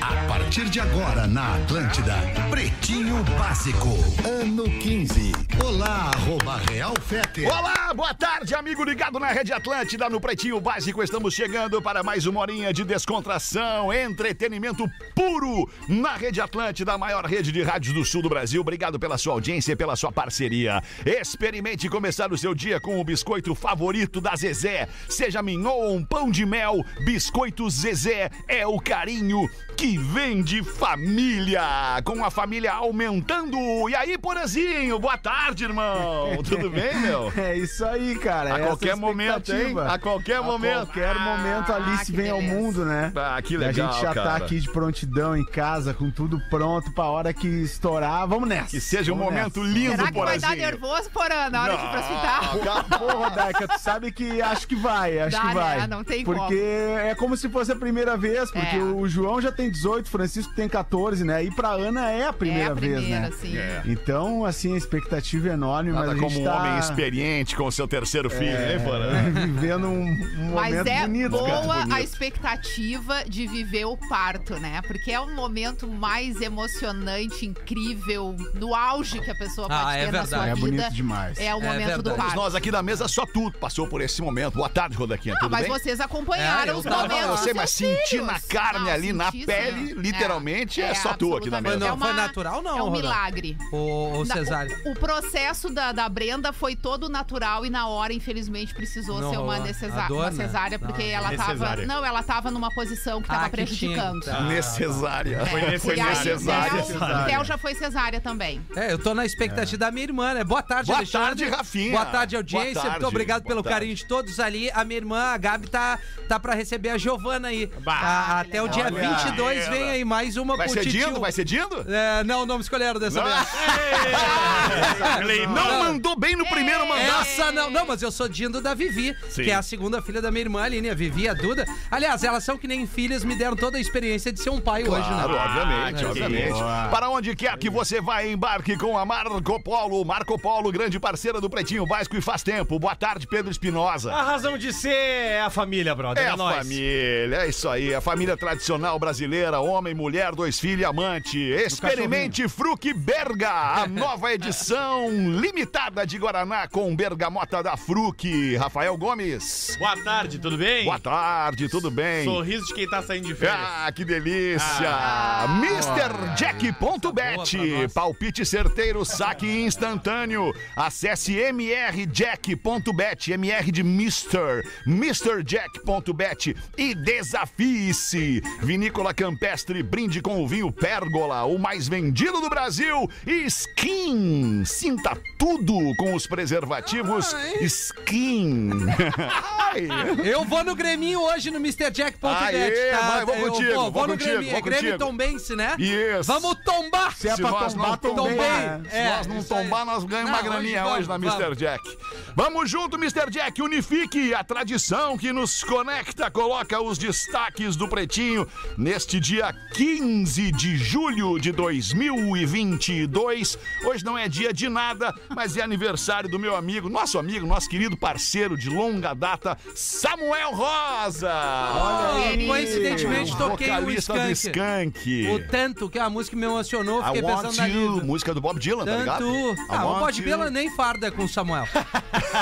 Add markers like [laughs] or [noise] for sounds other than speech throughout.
A partir de agora na Atlântida, Pretinho Básico, ano 15. Olá, arroba Real Fete. Olá, boa tarde, amigo ligado na Rede Atlântida, no Pretinho Básico. Estamos chegando para mais uma horinha de descontração, entretenimento puro na Rede Atlântida, a maior rede de rádios do sul do Brasil. Obrigado pela sua audiência e pela sua parceria. Experimente começar o seu dia com o biscoito favorito da Zezé. Seja mignon ou um pão de mel, biscoito Zezé é o carinho que vem de família. Com a família aumentando. E aí, Porazinho, boa tarde, irmão. Tudo bem, meu? É isso aí, cara. A Essa qualquer é momento, hein? expectativa. A qualquer A momento. qualquer momento a Alice que vem ao beleza. mundo, né? Ah, que E a legal, gente já cara. tá aqui de prontidão em casa, com tudo pronto pra hora que estourar. Vamos nessa. Que seja um Vamos momento nessa. lindo, Será Tá que vai Porazinho. dar nervoso, Porã, na hora de ir pro hospital? É Porra, Daica, tu sabe que acho que vai, acho Dá, que vai. né? Não tem porque como. é como se fosse a primeira vez, porque É. o João já tem 18, o Francisco tem 14, né? E pra Ana é a primeira, é a vez, primeira, né? sim. É. Então, assim, a expectativa é enorme, Nada mas a gente como um tá... homem experiente com o seu terceiro filho, hein, É, Porã? vivendo um, um Mas momento é bonito, cara. boa bonito. a expectativa de viver o parto, né? Porque é um momento mais emocionante, incrível, no auge que a pessoa pode Ah, é ter na sua verdade. É vida. bonito demais. É o É momento do verdade. parto. Nós aqui da mesa, só tu passou por esse momento. Boa tarde, Rodaquinha. Ah, Tudo mas bem? vocês acompanharam É, eu os tava- momentos. Não, eu sei, dos mas seus sentir na filhos. carne Não, ali, na sentir, sim. pele, literalmente, é só tu aqui na absolutamente. mesa. Mas É não foi natural, não, É um Rodolfo? milagre. Ô, ô Na- Cesário. o, o processo da, da Brenda foi todo natural e na hora, infelizmente, precisou Não ser uma, rolou. necesa- A dor, uma né? cesárea, porque Não, ela tava. Necessária. Não, ela tava numa posição que Ah, tava que tinha que prejudicando. tá. Ah. Necessária. Foi E aí, o necessário. Theo- o Theo já foi cesárea também. É, eu tô na expectativa da minha irmã, né? Boa tarde, Boa Alexandre. tarde, Rafinha. Boa tarde, Boa audiência. tarde, Muito obrigado boa pelo tarde. carinho de todos ali. A minha irmã, a Gabi, tá, tá pra receber a Giovana aí. Bah. Tá, até o dia Olha 22 ela. vem aí mais uma Vai pro cedindo? titio. Vai cedindo? É, não, não me escolheram dessa [laughs] Não. vez. Não, mandou bem no primeiro mandato. Essa não, não, mas eu sou Dindo da Vivi, Sim. que é a segunda filha da minha irmã, Aline, a Vivi e a Duda. Aliás, elas são que nem filhas, me deram toda a experiência de ser um pai hoje, né? Claro, obviamente, que obviamente. boa. Para onde quer que você vá, embarque com a Marco Polo. Marco Polo, grande parceira do Pretinho Vasco e faz tempo. Boa tarde, Pedro Espinosa. A razão de ser é a família, brother. É Ah, É, a nóis. família, é isso aí. A família tradicional brasileira, homem, mulher, dois filhos, e amante. Experimente Fruc Berga, [laughs] a nova edição limitada de Guaraná com bergamota da Fruc. Rafael Gomes. Boa tarde, tudo bem? Boa tarde, tudo bem? Sorriso de quem tá saindo de férias. Ah, que delícia! Ah. Essa é boa pra MrJack.bet, nós. palpite certeiro, saque instantâneo. Acesse mrjack.bet, mr de Mr. MrJack.bet e desafie-se. Vinícola Campestre, brinde com o vinho Pérgola, o mais vendido do Brasil. E Skin, sinta tudo com os preservativos Ah, Skin. [laughs] Ai. Eu vou no Greminho hoje no MrJack.net, Aê, tá? vai, vou Eu contigo, vou, vou vou no contigo, Grêmio, vou é Grêmio e contigo. Tombense, né? Isso. Vamos tombar! Se é Se pra nós não tombar, tombei. tombar. né? Se nós não É, isso aí. tombar, nós ganhamos uma Não, graninha vamos, hoje, na vamos. Mr. Jack. Vamos junto, Mr. Jack. Unifique a tradição que nos conecta. Coloca os destaques do Pretinho neste dia 15 de julho de 2022. Hoje não é dia de nada, mas é aniversário do meu amigo, nosso amigo, nosso querido parceiro de longa data, Samuel Rosa. Ah, é Coincidentemente, toquei o Vocalista do Skank. Skank. O tanto que a música me emocionou, I fiquei want pensando na you, Lívia. música do Bob Dylan, tá ligado? Tanto. I Ah, o want Bode you. Bela nem farda com o Samuel.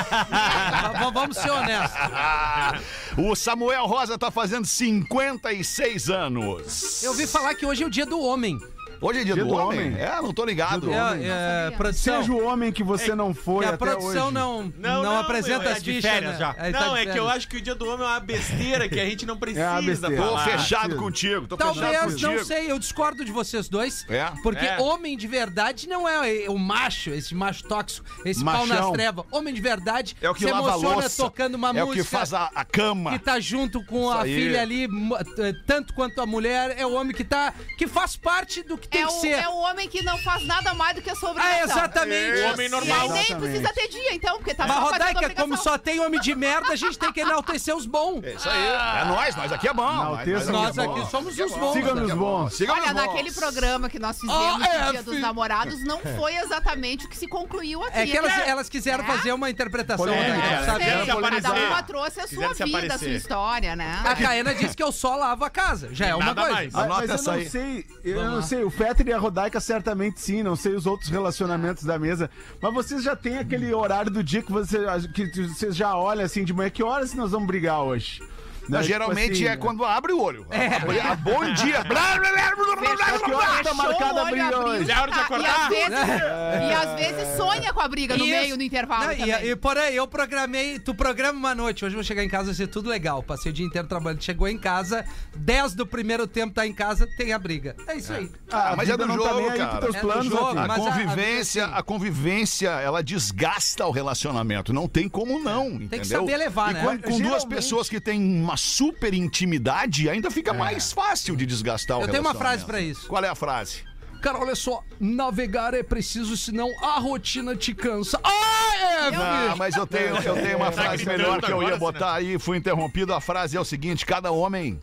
V- v- Vamos ser honestos. Ah, o Samuel Rosa tá fazendo 56 anos. Eu ouvi falar que hoje é o dia do homem. Hoje é dia, do, homem? É, não tô ligado. É, é, sabia. produção. Seja o homem que você não que foi a até produção hoje. não, não, apresenta eu- é as de fichas. férias né? já. Aí tá Não, de é que eu férias. acho que o dia do homem é uma besteira que a gente não precisa besteira. Tô falar. fechado tio. contigo, tô fechado Talvez, contigo. não sei, eu discordo de vocês dois. É? Porque É. homem de verdade não é o macho, esse macho tóxico, esse pau Machão. nas trevas. Homem de verdade É o que se lava a emociona louça. tocando uma é o música que faz a, a cama. que tá junto com Isso a aí. filha ali, mo- eh, tanto quanto a mulher, é o homem que tá. que faz parte do que que tem é, que o, ser. é o homem que não faz nada mais do que a sua Ah, obrigação. exatamente. É, o homem E aí normal. nem precisa ter dia, então, porque tá Mas, só fazendo Rodaica, obrigação. como só tem homem de merda, a gente tem que enaltecer os bons. É isso aí. É nós, nós aqui é bom. nós, Enalteça Nós é aqui bom. somos os bons. né? Siga nos bons. Siga nós Olha, bons. naquele programa que nós fizemos Ah, no é, Dia dos fi- Namorados, não foi exatamente o que se concluiu aqui. É que elas, elas quiseram É? fazer uma interpretação. Pois é, Rodaica, Não é, tu sabe? sei, quiseram se cada aparecer. uma trouxe a Quiseram sua se vida, a sua aparecer. história, né? A Caena disse que eu só lavo a casa. Já é uma Nada coisa. mais. Ah, Anota mas eu essa não aí. sei, eu Vamos não lá. sei, o Fetter e a Rodaica certamente sim, não sei os outros relacionamentos da mesa. Mas vocês já têm aquele horário do dia que você que vocês já olham assim de manhã, que horas nós vamos brigar hoje? Né, Não, tipo geralmente assim, é quando abre o olho. Abre- ah, bom dia. Blá, blá, blá, blá, blá, blá, que blá. hora tá Achou marcada o a olho, briga abriu. hoje? É hora de Ah, acordar. E às vezes, e às vezes sonha com a briga no Isso. meio, no intervalo Não, também. e, e por aí, eu programei, tu programa uma noite, hoje eu vou chegar em casa vai ser tudo legal. Passei o dia inteiro trabalhando, chegou em casa, 10 do primeiro tempo tá em casa, tem a briga. É isso aí. Ah, Ah, a mas é vida do não tá jogo, nem aí com cara. teus É do planos, jogo, Rafinha. A Mas a- a vida Ah, convivência, assim- a convivência, ela desgasta o relacionamento. Não tem como não, entendeu? É, que saber levar, e né? Com, com duas Geralmente- pessoas que têm uma super intimidade, ainda fica mais fácil de desgastar o É. Eu tenho uma relacionamento. frase pra isso. Qual é a frase? Cara, olha só, navegar é preciso, senão a rotina te cansa. Ah, é, Ah, bicho. mas eu tenho, eu tenho uma [laughs] Tá frase gritando melhor que eu agora, ia Sinal. botar aí, fui interrompido. A frase é o seguinte: cada homem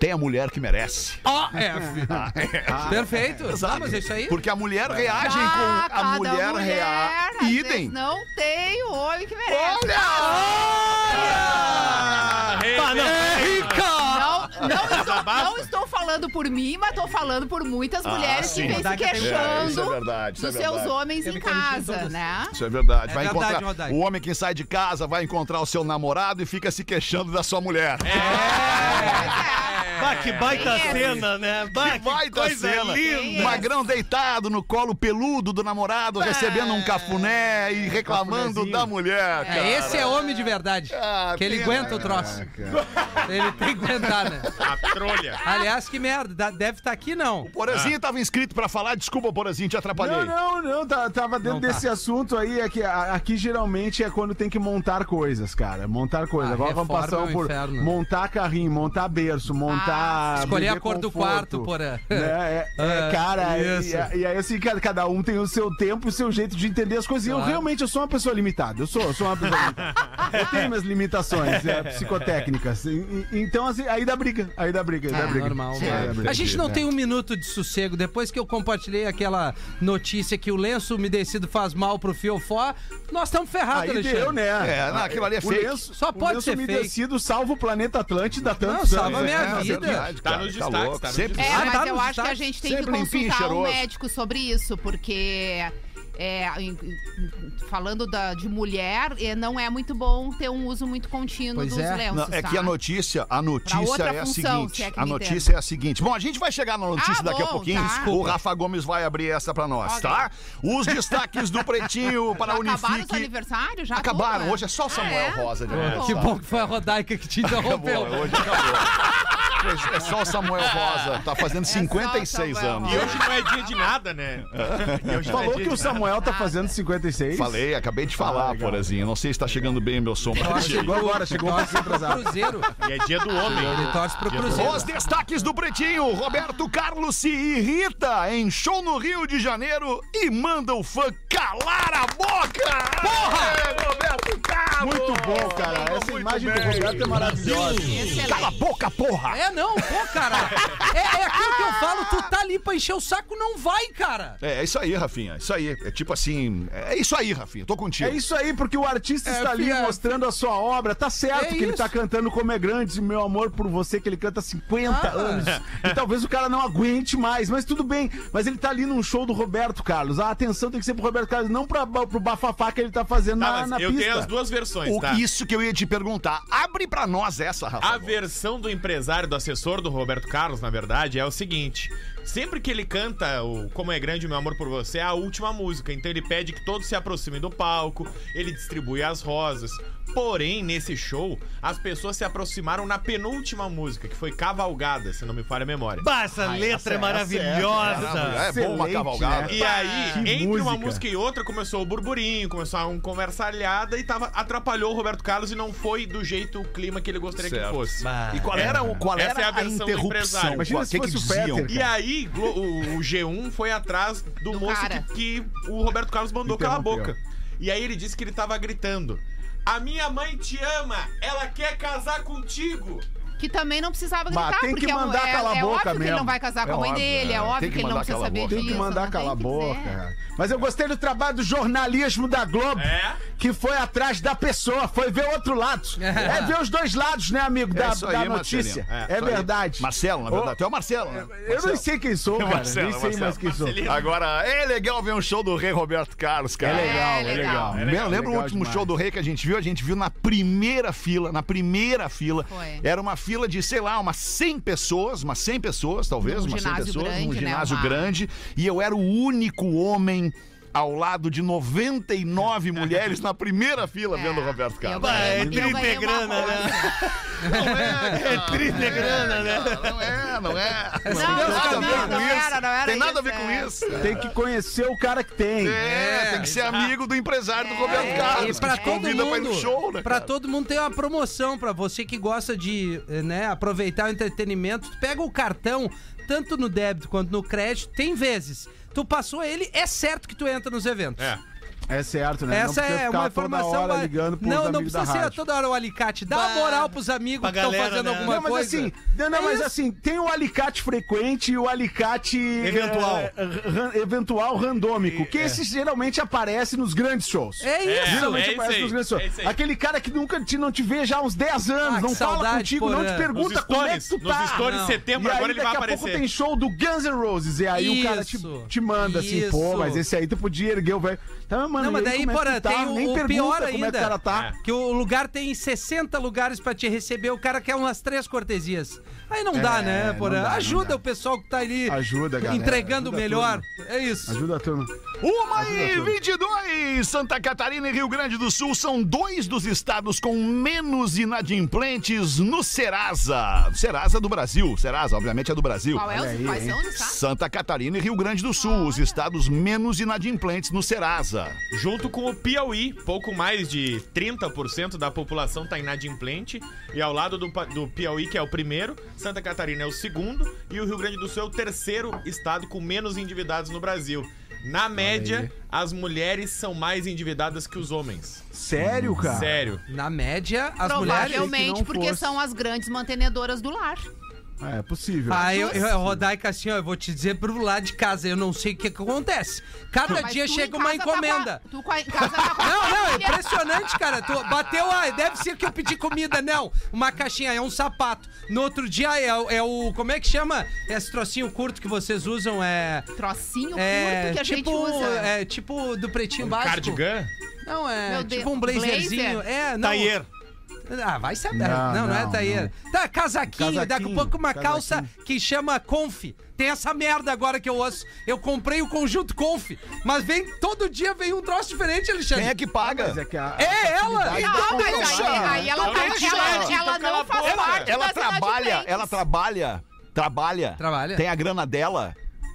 tem a mulher que merece. Ah, F. Perfeito. Ah, mas é isso aí. Porque a mulher reage com. Ah, A cada mulher, mulher, às reage. Idem. vezes Não tem o homem que merece. Olha! Ah, não. É rica! Não, não estou, não estou falando por mim, mas estou falando por muitas mulheres sim. que vêm se Rodaica tem- É, isso é queixando verdade, isso é dos seus verdade. homens Eu em me corrigi em casa, todas. né? Isso é verdade. É vai verdade, encontrar Rodaica. o homem que sai de casa vai encontrar o seu namorado e fica se queixando da sua mulher. É, Bah, que baita É. cena, né? Bah, que, Vai da coisa cena. linda. Magrão deitado no colo peludo do namorado, recebendo um cafuné e reclamando Cafunézinho. da mulher. cara. É, esse é homem de verdade. Ah, que ele pena, aguenta o troço. Ele tem que aguentar, né? A trolha. Aliás, que merda. da- Deve estar aqui, não. Porazinho estava inscrito pra falar, desculpa, Porazinho, te atrapalhei. Não, não, não, tá- tava dentro Não tá. desse assunto aí, é que a- aqui geralmente é quando tem que montar coisas, cara, montar coisas. Ah, Agora vamos reforma passar é um por inferno. Ah, montar carrinho, montar berço, montar... escolher bebê a cor do quarto, conforto, porã. [laughs] Né? É, é, Ah, cara, e- isso. e, e aí assim, cara, cada um tem o seu tempo e o seu jeito de entender as coisas. E Eu Claro. realmente, eu sou uma pessoa limitada, eu sou, eu sou uma pessoa limitada. Eu tenho minhas limitações é, psicotécnicas. E- e- então, assim, aí dá briga, aí dá briga, aí dá É, briga. normal. Aí dá briga. A gente não tem um minuto de sossego. Depois que eu compartilhei aquela notícia que o lenço umedecido faz mal pro fiofó, nós estamos ferrados, Aí Alexandre. deu, né? Ah, É, não, aquilo ali é O fake. lenço- Só pode o lenço ser umedecido salva o planeta Atlântida há Não, tantos salva anos. minha né? É vida. verdade, Tá cara, nos destaques, tá nos Sempre- É, Ah, tá mas eu nos acho que a destaques. gente tem que Sempre limpinho, consultar um cheiroso. médico sobre isso, porque. é, em- em- falando da- de mulher, é, não é muito bom ter um uso muito contínuo Pois dos é. lenços. Não, é tá? que a notícia, a notícia outra é a função, seguinte. se é que a me notícia entendo. é a seguinte. Bom, a gente vai chegar na notícia Ah, daqui a bom, pouquinho. tá. O Rafa Gomes vai abrir essa pra nós, tá? Os destaques do [laughs] Pretinho para a Acabaram os Unifique. aniversários já? Acabaram, tudo? hoje é só o Samuel Ah, é? Rosa de Ah, aniversário. Que bom que foi a Rodaica que te interrompeu. Acabou, é hoje acabou. Hoje É só o Samuel Rosa, tá fazendo só o 56 Samuel anos. E hoje não é dia de nada, né? E hoje não é Falou dia que o de nada. Samuel tá fazendo 56. Falei, acabei de Ah, falar, legal. Porazinho. Não sei se tá chegando bem meu som pra ti. Chegou agora, chegou um pouquinho atrasado. Cruzeiro. E é dia do homem. Ele torce pro Cruzeiro. Os destaques do Pretinho. Roberto Carlos se irrita em show no Rio de Janeiro e manda o fã calar a boca. Porra! Roberto Carlos! Muito bom, cara. Essa imagem do Roberto é maravilhosa. Cala a boca, porra! É não, pô, cara. É, é aquilo que eu falo, tu tá ali pra encher o saco, não vai, cara. É, é isso aí, Rafinha. Isso aí. É tipo assim. É isso aí, Rafinha. Tô contigo. É isso aí, porque o artista É, está ali fia- mostrando a sua obra. Tá certo É que ele isso. tá cantando como é grande, meu amor por você, que ele canta há 50 Ah. anos. E talvez o cara não aguente mais, mas tudo bem. Mas ele tá ali num show do Roberto Carlos. A atenção tem que ser pro Roberto Carlos, não pra, pro bafafá que ele tá fazendo Ah, Tá, na, mas na eu tenho as pista. duas versões, O- tá? Isso é que eu ia te perguntar. Abre pra nós essa, Rafa. A versão do empresário, do assessor do Roberto Carlos, na verdade, é o seguinte: sempre que ele canta o Como é Grande o Meu Amor por Você, é a última música. Então ele pede que todos se aproximem do palco, ele distribui as rosas. Porém, nesse show, as pessoas se aproximaram na penúltima música, que foi Cavalgada, se não me falha a memória. Bah, essa letra é maravilhosa. É bom uma Excelente, cavalgada. né? E aí, que entre uma música. música e outra, começou o burburinho, começou a um conversalhada e tava, atrapalhou o Roberto Carlos e não foi do jeito o clima que ele gostaria Certo. que fosse. Bah. E qual era, o, qual Essa era é a a, versão do interrupção? empresário. Imagina Qual- se fosse o diziam? Peter, E aí Guri, Glo- o, o G1 foi atrás do, Do moço cara. que, que o Roberto Carlos mandou calar a boca. E aí ele disse que ele tava gritando: A minha mãe te ama, ela quer casar contigo. Que também não precisava Bah, gritar, tem que porque é um- mandar é, calar a é boca óbvio que ele mesmo. não vai casar com É a mãe óbvio, dele, é. é Tem que óbvio que ele não mandar precisa calar a saber boca. disso. Tem que não mandar calar a que boca. dizer. cara. Mas eu gostei do trabalho do jornalismo da Globo, É? que foi atrás da pessoa, foi ver [laughs] outro lado. É, ver os dois lados, né, amigo, É da, isso aí, da Marcelinho. notícia. É, É, isso aí. verdade. Marcelo, na verdade. Tu é o Marcelo, né? Eu não sei quem sou, cara. Marcelo, nem sei Marcelo. mais quem sou. Agora, é legal ver um show do Rei Roberto Carlos, cara. É legal, é legal. Meu, lembra legal o último demais. show do Rei que a gente viu? A gente viu na primeira fila, na primeira fila. Foi. Era uma fila de, sei lá, umas 100 pessoas, umas 100 pessoas, talvez, Num umas 100 ginásio pessoas, num grande, né, ginásio uma- grande. E eu era o único homem ao lado de 99 mulheres na primeira fila vendo o Roberto E eu Carlos. Bah, é ganhei- e eu ganhei uma tridegrana, rosa. né? Não é, cara. Triste grana, né? Não é, não é. Não, não, não, não era, não era Tem nada a isso, ver com é. isso. Tem que conhecer o cara que tem. É, É, tem que ser amigo do empresário do Roberto É, Carlos. E pra que te todo convida mundo, pra ir no show, né? pra cara? todo mundo tem uma promoção pra você que gosta de, eh, né, aproveitar o entretenimento. Tu pega o cartão tanto no débito quanto no crédito, tem vezes. Tu passou ele, é certo que tu entra nos eventos. É. É certo, né? Essa precisa é ficar uma Toda informação. hora vai- ligando pros não, não amigos da precisa ser rádio. toda hora o alicate. Dá Bah, uma moral pros amigos pra que estão galera, fazendo né? alguma não, mas coisa. assim, não, não, É mas isso. assim, tem o alicate frequente e o alicate Eventual. eh, ran- eventual randômico, que esse geralmente aparece nos grandes shows. É isso. Geralmente é isso aparece aí, nos grandes shows. é isso aí. Aquele cara que nunca te, não te vê já há uns 10 anos, Ah, não que fala saudade, contigo, não Porã. te Nos pergunta como é que stories, tu tá. nos stories Não. de setembro, E aí, agora ele vai daqui a aparecer. pouco tem show do Guns N' Roses. E aí o cara te, Isso. te manda assim, pô, Isso. mas esse aí tu podia erguer o velho. Tá, mas, mano, Não, mas e aí, daí, como é que Porã, tu tá? tem o- Nem o pergunta pior como é que ainda. o cara tá. Que o lugar tem 60 lugares pra te receber, o cara quer umas três cortesias. Aí não dá, né, não Porã? dá, não dá. Ajuda o pessoal que tá ali Ajuda, galera, entregando ajuda melhor. É isso. Ajuda a turma. Uma e tudo. 22! Santa Catarina e Rio Grande do Sul são dois dos estados com menos inadimplentes no Serasa. Serasa do Brasil. Serasa, obviamente, é do Brasil. Qual é Olha aí, os, quais hein? são os estados? Santa Catarina e Rio Grande do Sul, os estados menos inadimplentes no Serasa. Junto com o Piauí, pouco mais de 30% da população tá inadimplente. E ao lado do, pa- do Piauí, que é o primeiro, Santa Catarina é o segundo. E o Rio Grande do Sul é o terceiro estado com menos endividados no Brasil. Na média, as mulheres são mais endividadas que os homens. Sério, Tá. cara? Hum, Sério. Na média, as mulheres. Achei que Provavelmente não porque fosse. são as grandes mantenedoras do lar. É, é possível. Ah, eu, eu, Rodaica, assim, ó, eu vou te dizer pro lado de casa, eu não sei o que, que acontece. Cada Mas dia tu chega em uma casa tá com a- encomenda. tu com a- em casa tá com a Não, não, é impressionante, cara. Tu bateu, ah, deve ser que eu pedi comida. Não, uma caixinha, é um sapato. No outro dia é, o- é o. Como é que chama? Esse trocinho curto que vocês usam? É. trocinho É, curto que a gente tipo, usa. é tipo do pretinho básico. Cardigan? Não, é Meu tipo Deus, um blazerzinho. blazer? É, não. Taier. Ah, vai saber. Não, Não, não, é não, taier. Tá, casaquinho, daqui Casaquinho, a pouco uma casaquinho. calça que chama Conf. Tem essa merda agora que eu ouço. Eu comprei o conjunto Conf, mas vem todo dia vem um troço diferente, Alexandre. Quem é que paga? Mas é que a- É ela! facilidade Não, da Ah, mas aí, comparação, aí né? ela, Então tá, é de ela, sorte, ela então cala a não faz boca. parte Ela das trabalha, inadimplentes. ela trabalha, trabalha. Trabalha. Tem a grana dela.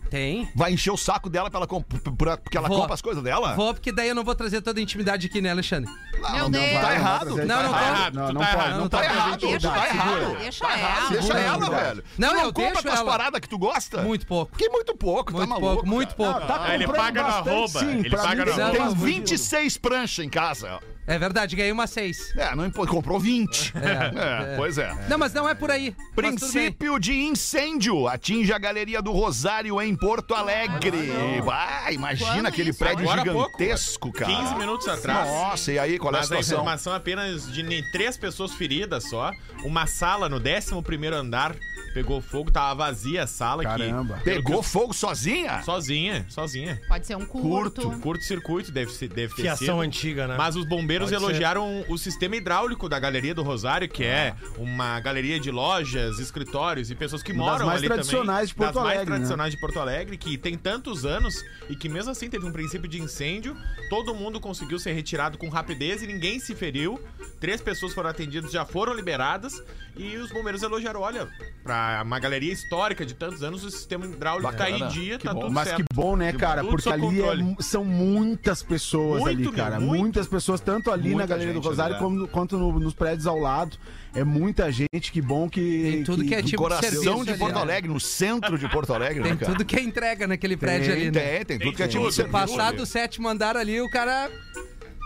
Tem. Vai encher o saco dela pra ela comp- pra- porque ela Vou. compra as coisas dela? Vou, porque daí eu não vou trazer toda a intimidade aqui, né, Alexandre? Meu Deus. Tá errado. trazer- Não, não tá tá. errado. Não, Tu não tá pode, errado. não Tá pode. errado, Deixa tá ela, errado. deixa tá errado. ela. Deixa Não, ela, não. velho. Não, tu não eu compra deixo tuas ela. paradas que tu gosta? Muito pouco. Que muito pouco, É. tá Muito maluco. pouco, muito cara. pouco. Tá Ah, ele comprando paga no bastante, arroba, sim, ele pra paga mim no tem- arroba. Tem Não, 26 pranchas em casa. É verdade, ganhei uma seis. É, não importa. [laughs] Comprou 20. É, pois é. Não, mas não é por aí. Mas tudo bem. Princípio de incêndio atinge a Galeria do Rosário em Porto Alegre. Vai, imagina Quando aquele isso? prédio Agora há pouco, gigantesco, cara. 15 minutos atrás. Tá. Nossa, e aí, qual é a Mas a situação? informação apenas de nem três pessoas feridas só. Uma sala no 11º andar pegou fogo, tava vazia a sala aqui. Caramba. Pegou fogo sozinha? Sozinha, sozinha. Pode ser um curto. Curto, circuito deve, ser- deve ter Fiação sido. antiga, né? Mas os bombeiros elogiaram o sistema hidráulico da Galeria do Rosário, que é uma galeria de lojas, escritórios e pessoas que Uma Ah. das moram mais ali tradicionais também. de Porto das mais Alegre, né? tradicionais de Porto Alegre, que tem tantos anos e que mesmo assim teve um princípio de incêndio. Todo mundo conseguiu ser retirado com rapidez e ninguém se feriu. Três pessoas foram atendidas, já foram liberadas e os bombeiros elogiaram, olha, pra a- uma galeria histórica de tantos anos, o sistema hidráulico tá em Bacana. dia, Que tá bom. tudo Mas certo. que bom, né, Que cara? bom. Porque Tudo sob ali é controle. mu- são muitas pessoas Muito, ali, cara. né? Muito. é Muitas pessoas, tanto ali Muita na Galeria do gente, Rosário né? como- quanto no- nos prédios ao lado. É muita gente, que bom que. Tem tudo que é No tipo de serviço coração de ali, Porto né? Alegre, no centro de Porto Alegre, Tem né, cara? tudo que é entrega naquele prédio ali, né? Tem, tem tudo que é tipo de tudo, serviço. Passar do sétimo andar ali, o cara.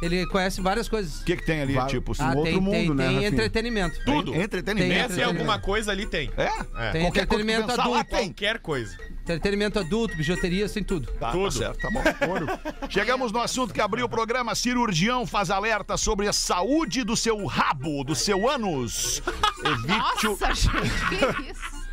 Ele conhece várias coisas. O que, que tem ali, Vai- tipo? Ah, outro tem, tem, mundo, né, tem Rafinha? entretenimento. Tudo. Entretenimento. Tem Se alguma coisa ali tem. É? É. Tem Qualquer coisa que entretenimento pensar lá, adulto. tem. Qualquer coisa. Entretenimento adulto, bijuterias, tem tudo. Tá, Tudo. tá certo, tá bom. Ouro. Chegamos no assunto que abriu o programa. Cirurgião faz alerta sobre a saúde do seu rabo, do seu ânus. Evite o... Nossa, [laughs] gente, que isso?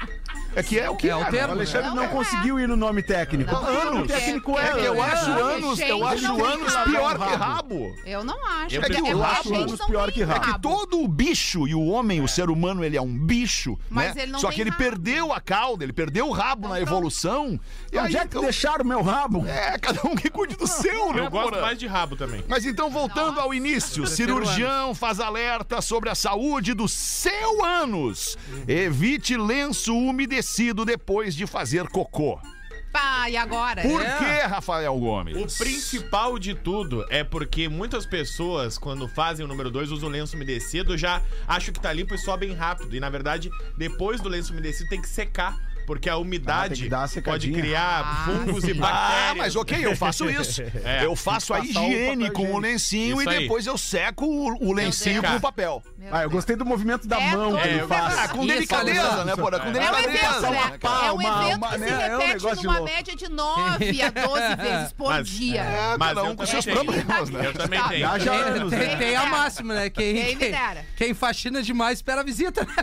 É que é o que É o né? termo, O Alexandre Não, não é. conseguiu ir no nome técnico. Não, o nome é. técnico é. É que eu né? acho Não, anos, eu gente, acho não anos tem pior rabo. que rabo. Eu não acho. Eu digo, eu acho gente, anos não pior tem que rabo. Que todo o bicho e o homem, o ser humano, ele é um bicho, Mas né? ele não Só tem que ele rabo. perdeu a cauda, ele perdeu o rabo na pronto. evolução. E aí, Onde é que então, deixaram o meu rabo? é, cada um que cuide do seu, né, Eu gosto Porã? mais de rabo também. Mas então, voltando ao início, cirurgião faz alerta sobre a saúde do seu ânus. Evite lenço umedecido depois de fazer cocô. Pá, e agora? Por É. que, Rafael Gomes? O principal de tudo é porque muitas pessoas, quando fazem o número 2, usam o lenço umedecido, já acham que tá limpo e sobem rápido. E na verdade, depois do lenço umedecido, tem que secar. Porque a tem umidade que dar uma pode secadinha. criar Ah, fungos e sim. bactérias. Ah, mas ok, eu faço isso. [laughs] É. eu faço a Tem que passar o higiene papel com o higiênico. lencinho e Isso aí. depois eu seco o, o lencinho Deus. com o papel. É, Meu Ah, eu Deus. gostei do movimento da É, mão que todo ele mundo Ah, faz. com Isso, delicadeza, Alexandre. né, Porã? Com É um É um evento, delicadeza. né, né? cara? é um uma- evento uma- que se né? É um repete negócio de numa louco. média de 9 a 12 vezes por Mas- dia. É, Mas cada eu um com também seus tenho. problemas, né? Eu também tenho. Já, já Tem, anos, tem- né? né? tem a máxima, né? Quem, Quem me dera. quem faxina demais espera a visita, né?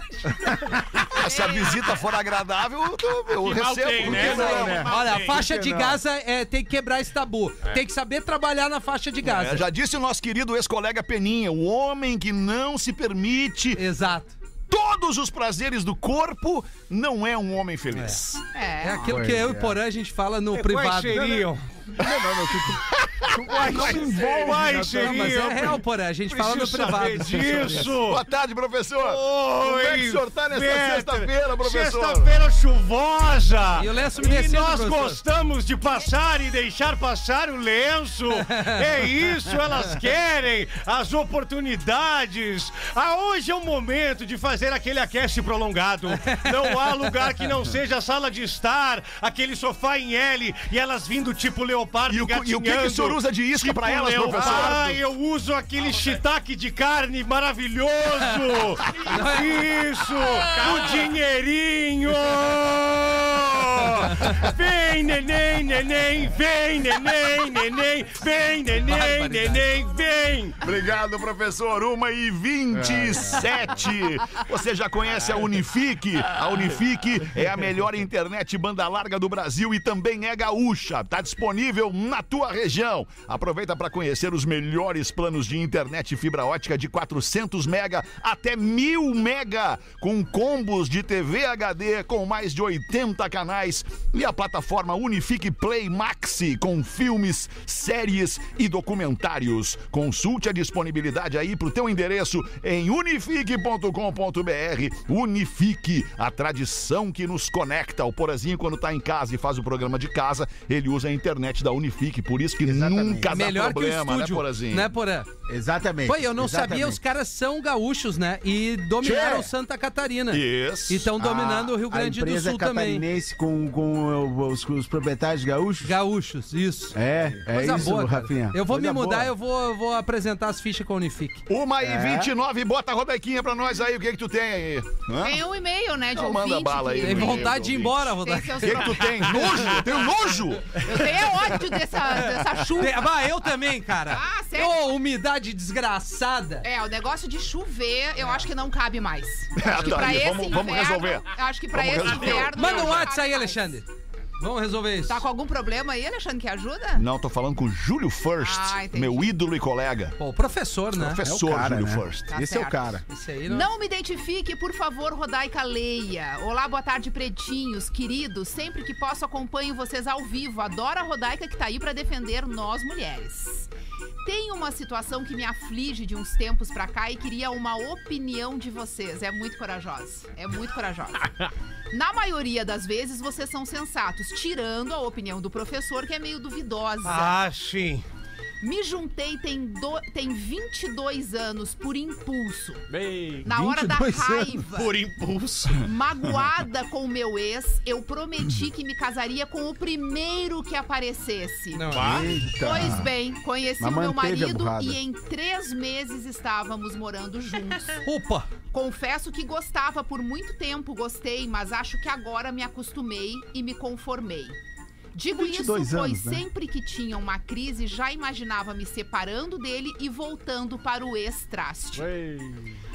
Se a visita for agradável, eu, eu Que mal recebo. tem, não é né? tem problema. Não, né? Olha, a Tem, faixa por de que não? Gaza é, tem que quebrar esse tabu. Tem que saber trabalhar na faixa de Gaza. É, já disse o nosso querido ex-colega Peninha, o homem que não se permite Exato. todos os prazeres do corpo não é um homem feliz. É É, aquilo que eu e Porã a gente fala no privado. Vai, Não, mas é real, Porã. A gente fala no privado. Boa tarde, professor. Como é que o senhor tá nessa Petra. sexta-feira, professor? Sexta-feira chuvosa. E o lenço E umedecido, nós professor? gostamos de passar e deixar passar o lenço. É isso, elas querem as oportunidades. Ah, hoje é o momento de fazer aquele aquece prolongado. Não há lugar que não seja a sala de estar, aquele sofá em L e elas vindo tipo leopardo E o- e o que que o senhor usa de isca Tipo pra elas, professor? Ah, eu uso aquele shiitake de carne maravilhoso. Isso, o dinheirinho. Vem, neném, neném, vem, neném, neném, vem, neném, neném, vem. Obrigado, professor. Uma e 27. Você já conhece a Unifique? A Unifique é a melhor internet banda larga do Brasil e também é gaúcha. Tá disponível na tua região. Aproveita para conhecer os melhores planos de internet e fibra ótica de 400 mega até 1000 mega, com combos de TV HD com mais de 80 canais e a plataforma Unifique Play Maxi com filmes, séries e documentários. Consulte a disponibilidade aí pro teu endereço em unifique.com.br. Unifique, a tradição que nos conecta. O Porazinho, quando tá em casa e faz o programa de casa, ele usa a internet da Unifique, por isso que nunca dá Melhor problema, que o estúdio, né, Porazinho? né, Porã? Exatamente. Pô, eu não sabia, exatamente. os caras são gaúchos, né? E dominaram Tchê. Santa Catarina. Isso. E estão dominando A- o Rio Grande a do empresa Sul também. catarinense com, com eh, os, os proprietários gaúchos? Gaúchos, isso. É, é Coisa isso, boa, cara. Rafinha. Eu vou Coisa me mudar, boa. eu vou, eu vou apresentar as fichas com a Unifique. Uma e É. 29, bota a rodequinha pra nós aí, o que que tu tem aí? Hã? Tem um e-mail, né, de Então manda ouvinte. bala aí, que- Tem Meu vontade de ir Deus. embora, vou Tem dar. seus O que, que tu problemas. tem? Nojo? Eu tenho nojo! é Eu tenho é ódio dessa, dessa [laughs] chuva. Tem- Bah, eu também, cara. Ah, sério? Ô, umidade desgraçada. É, o negócio de chover, eu acho que não cabe mais. [laughs] Acho que Tá, pra aí, esse vamos- vamos inverno- resolver. eu Acho que pra Vamos esse resolver. inverno. Manda um não WhatsApp cabe aí, mais. Alexandre. Vamos resolver isso. Tá com algum problema aí, Alexandre, que ajuda? Não, tô falando com o Júlio First, Ah, entendi. meu ídolo e colega. Pô, o professor, né? Professor cara, Júlio né? First. Tá Esse é certo. o cara. Esse aí não... Não me identifique, por favor, Rodaica Leia. Olá, boa tarde, pretinhos, queridos. Sempre que posso, acompanho vocês ao vivo. Adoro a Rodaica que tá aí pra defender nós mulheres. Tem uma situação que me aflige de uns tempos pra cá e queria uma opinião de vocês. É muito corajosa. É muito corajosa. Na maioria das vezes, vocês são sensatos, tirando a opinião do professor, que é meio duvidosa. Ah, sim. Me juntei tem, do... tem 22 anos por impulso. Bem, Na hora da 22 anos. raiva. por impulso. Magoada com o meu ex, eu prometi que me casaria com o primeiro que aparecesse. Não, Eita. Pois bem, conheci Mas o meu manteve a marido burrada. e em três meses estávamos morando juntos. Opa! Confesso que gostava por muito tempo, gostei, mas acho que agora me acostumei e me conformei. Digo isso, 22 pois anos, né? sempre que tinha uma crise, já imaginava me separando dele e voltando para o ex-traste.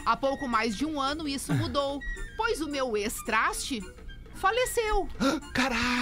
Há pouco mais de um ano isso mudou, pois o meu ex-traste faleceu.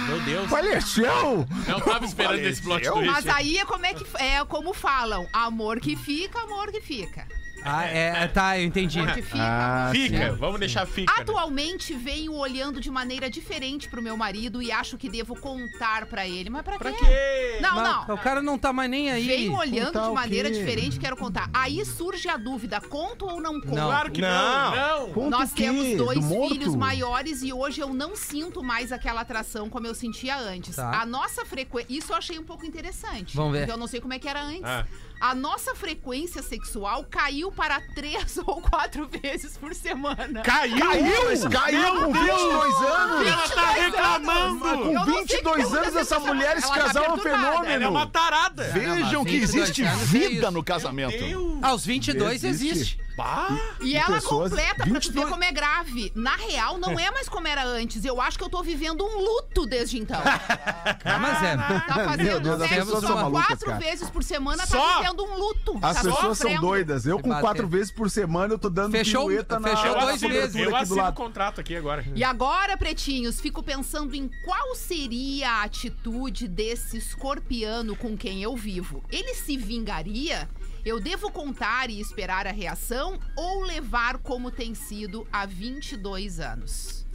Meu Deus. Faleceu! Não tava esperando esse plot twist. Mas aí é como é que é como falam, amor que fica, amor que fica. Ah, é, tá, eu entendi. [laughs] Amor que fica, Ah, Fica, vamos deixar fica. né? Atualmente venho olhando de maneira diferente pro meu marido e acho que devo contar pra ele. Mas pra, Pra quê? quê? Não, Mas não. um O cara não tá mais nem aí. Venho olhando Contar de o maneira quê? diferente, quero contar. Aí surge a dúvida: conto ou não conto? Não. Claro que não. Não. Conta Nós o quê? temos Do dois morto? filhos maiores e hoje eu não sinto mais aquela atração como eu sentia antes. Tá. A nossa frequência. Isso eu achei um pouco interessante. Vamos ver. Porque eu não sei como é que era antes. Ah. A nossa frequência sexual caiu para três [laughs] ou quatro vezes por semana. Caiu. Caiu! Caiu com 22 anos! Ela tá 22 reclamando. anos. Eu não Com sei é um o que 22 anos, aconteceu essa com mulher, esse Ela tá casal é um perturbada. fenômeno. Ela é uma tarada. Vejam que 22 existe anos é vida isso. no casamento. Deus. Aos 22 existe. Bah. E ela pessoas, completa pra tu ver 22. como é grave. Na real, não é mais como era antes. Eu acho que eu tô vivendo um luto [laughs] desde então. Ah, mas é. Tá Meu fazendo Deus, as sexo pessoas são malucas, quatro cara. vezes por semana, tá Só? vivendo um luto. As tá pessoas são sofrendo. doidas. Eu, com Bater. quatro vezes por semana, eu tô dando Fechou- pirueta na... fechou Eu dois assino, meses. eu aqui do assino o lado. contrato aqui agora. E agora, pretinhos, fico pensando em qual seria a atitude desse escorpiano com quem eu vivo. Ele se vingaria? Eu devo contar e esperar a reação ou levar como tem sido há 22 anos?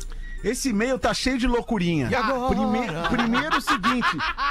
Esse e-mail tá cheio de loucurinha. Prime- primeiro o seguinte,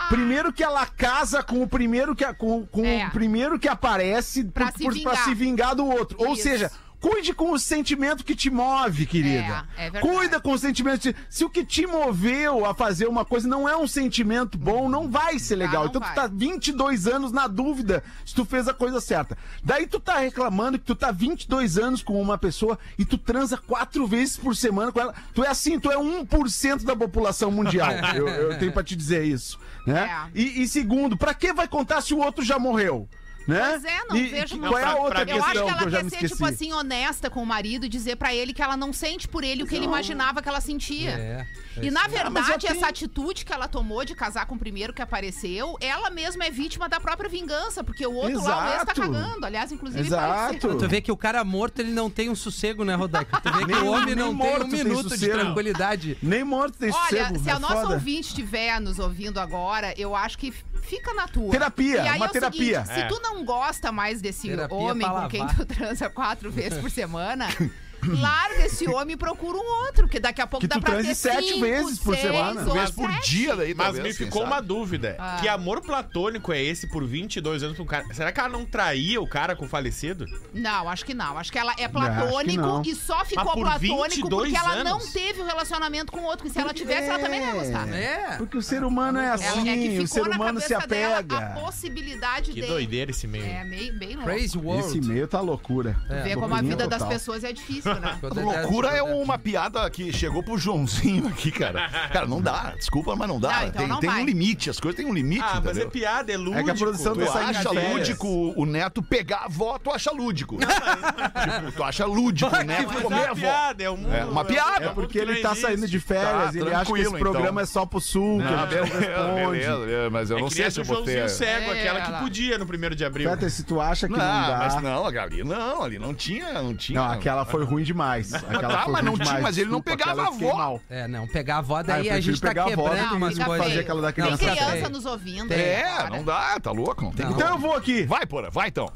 primeiro que ela casa com o primeiro que a- com, com É. o primeiro que aparece Pra se pra vingar. se vingar do outro. Ou Isso. seja, Cuide com o sentimento que te move, querida. É, é verdade. Cuida com o sentimento. de- Se o que te moveu a fazer uma coisa não é um sentimento bom, não vai ser legal. não então vai. tu tá 22 anos na dúvida se tu fez a coisa certa. Daí tu tá reclamando que tu tá 22 anos com uma pessoa e tu transa quatro vezes por semana com ela. Tu é assim, tu é 1% da população mundial. eu, eu tenho pra te dizer isso, né? É. E, e segundo, pra que vai contar se o outro já morreu? Né? Pois é, não e, vejo e muito Qual é a pra- outra pra- Eu acho questão que que, ela eu já quer me ser, esqueci? tipo assim, honesta com o marido e dizer pra ele que ela não sente por ele o que ele imaginava que ela sentia. É. E na mas verdade, Ah, eu tenho- essa atitude que ela tomou de casar com o primeiro que apareceu, ela mesma é vítima da própria vingança, porque o outro lá, o ex, tá Exato. cagando. Aliás, inclusive, parece- Exato. Tu vê que o cara morto, ele não tem um sossego, né, Rodaica? Tu vê que o Nem- homem nem não tem morto um tem minuto de sossego. tranquilidade. Nem morto tem Olha, sossego, se é a nossa foda. ouvinte estiver nos ouvindo agora, eu acho que fica na tua. Terapia, e aí uma é o terapia. Seguinte, É. Se tu não gosta mais desse Terapia homem pra com quem lavar. tu transa quatro vezes por semana, [laughs] larga esse homem e procura um outro, que daqui a pouco Que dá tu pra transe ter sete cinco, vezes por seis, semana. ou Vez por sete. dia daí, Mas talvez, me quem ficou sabe. uma dúvida. Ah. Que amor platônico é esse por 22 anos pra um cara? Será que ela não traía o cara com o falecido? Não, acho que não. Acho que ela acho é que platônico não. e só ficou Mas por platônico 22 porque ela anos? não teve o relacionamento com o outro. Porque se ela tivesse, ela também não ia gostar. É. Porque o ser humano é Ela- assim, é que o ficou ser na humano cabeça se apega. dela a possibilidade Que dele. doideira esse meio. É, meio, bem louco. Crazy Esse World. e-mail tá loucura. É. Ver como a Loucurinha vida das total. pessoas é difícil, [laughs] né? Loucura tá é uma piada que chegou pro Joãozinho aqui, cara. Cara, não dá. Desculpa, mas não dá. Não, então tem não tem vai. um limite, as coisas têm um limite, Ah, mas é entendeu? piada, é lúdico. É que a produção Tu tá saindo acha de né? férias. lúdico o neto pegar a avó, tu acha lúdico. tipo, tu acha lúdico o neto [laughs] Mas comer a é uma avó. piada, é um mundo- É uma piada. um É mundo porque que ele não tá existe. saindo de férias, Tá, ele acha que esse tranquilo, então. programa é só pro sul, que a Ah, gente não responde. beleza, beleza, mas eu É não que sei nem se se eu botei. Joãozinho cego, É, aquela que ela- podia no primeiro de abril. Peter, se tu acha que Não, não, dá. mas não, ali não, ali não tinha, não tinha. Não, aquela foi ruim demais. Aquela Tá, foi mas ruim não demais, tinha, mas ele não desculpa, pegava aquela eu fiquei a avó. mal. É, não, pegar a avó Ah, eu daí a prefiro gente tá pegar a avó do quebrando que umas fica coisas. feio. Fazer aquela da Tem criança. criança feio. nos ouvindo. né, É, cara? não dá, tá louco, não tem. Não. Então eu vou aqui. Vai, porra, vai então.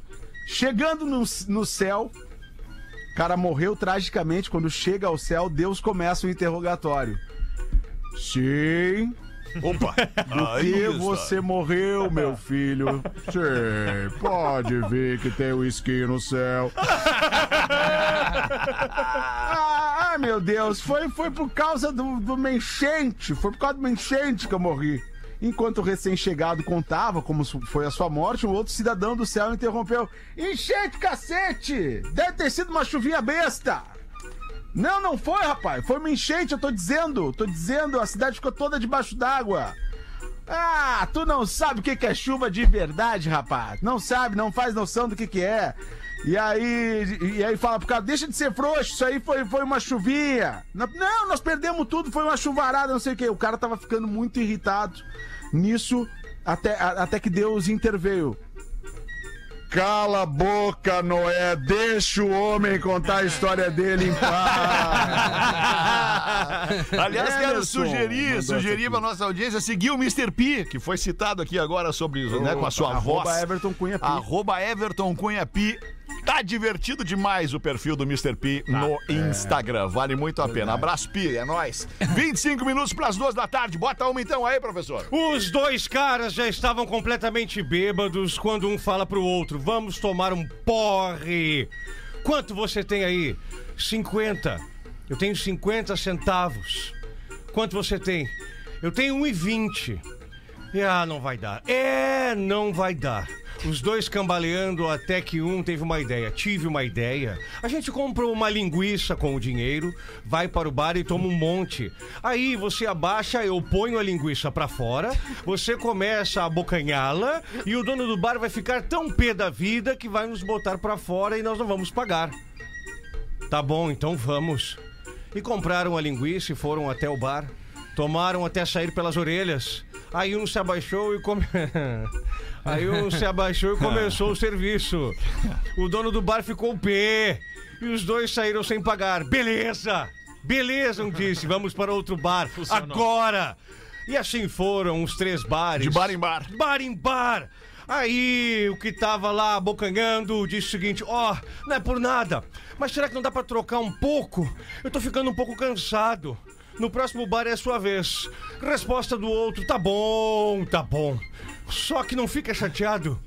Chegando no, no céu, o cara morreu tragicamente. Quando chega ao céu, Deus começa o interrogatório. Sim, [laughs] Opa! Aí Que está. você morreu, meu filho. Sim, pode ver que tem o esqui no céu. Ah, ah, meu Deus, foi, foi por causa do, do uma enchente. Foi por causa de uma enchente que eu morri. Enquanto o recém-chegado contava como su- foi a sua morte, um outro cidadão do céu interrompeu. Enchente, cacete! Deve ter sido uma chuvinha besta! Não, não foi, rapaz. Foi uma enchente, eu tô dizendo. Tô dizendo, a cidade ficou toda debaixo d'água. Ah, tu não sabe o que que é chuva de verdade, rapaz. Não sabe, não faz noção do que que é. E aí, e aí fala pro cara, deixa de ser frouxo, isso aí foi, foi uma chuvinha. Não, nós perdemos tudo, foi uma chuvarada, não sei o que. O cara tava ficando muito irritado nisso, até, a- até que Deus interveio. Cala a boca, Noé. Deixa o homem contar a história dele em paz. Aliás, quero Emerson mandou sugerir, essa sugerir aqui. pra nossa audiência seguir o Mr. P, que foi citado aqui agora sobre isso, [laughs] né, com a sua Arroba voz. Everton Cunha [laughs] Pi. Arroba Everton Cunha Pi. Tá divertido demais o perfil do Mr. P Tá. no É. Instagram. Vale muito a pena. Abraço, Pi, é nóis. [laughs] 25 minutos pras duas da tarde. Bota uma então aí, professor. Os dois caras já estavam completamente bêbados quando um fala pro outro: Vamos tomar um porre. Quanto você tem aí? 50. Eu tenho 50 centavos. Quanto você tem? Eu tenho 1,20. E, Ah, não vai dar. É, não vai dar. Os dois cambaleando até que um teve uma ideia. Tive uma ideia. A gente compra uma linguiça com o dinheiro, vai para o bar e toma um monte. Aí você abaixa, eu ponho a linguiça para fora, você começa a abocanhá-la e o dono do bar vai ficar tão pé da vida que vai nos botar para fora e nós não vamos pagar. Tá bom, então vamos. E compraram a linguiça e foram até o bar. Tomaram até sair pelas orelhas. Aí um se abaixou e come... [laughs] Aí um se abaixou e começou o serviço. O dono do bar ficou pé. E os dois saíram sem pagar. Beleza! Beleza, um disse. Vamos para outro bar. Agora! E assim foram os três bares. De bar em bar. Bar em bar. Aí o que tava lá abocanhando disse o seguinte: Ó, não é por nada, mas será que não dá pra trocar um pouco? Eu tô ficando um pouco cansado. No próximo bar é a sua vez. Resposta do outro: Tá bom, tá bom. Só que não fica chateado.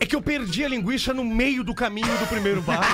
É que eu perdi a linguiça no meio do caminho do primeiro bar. [laughs]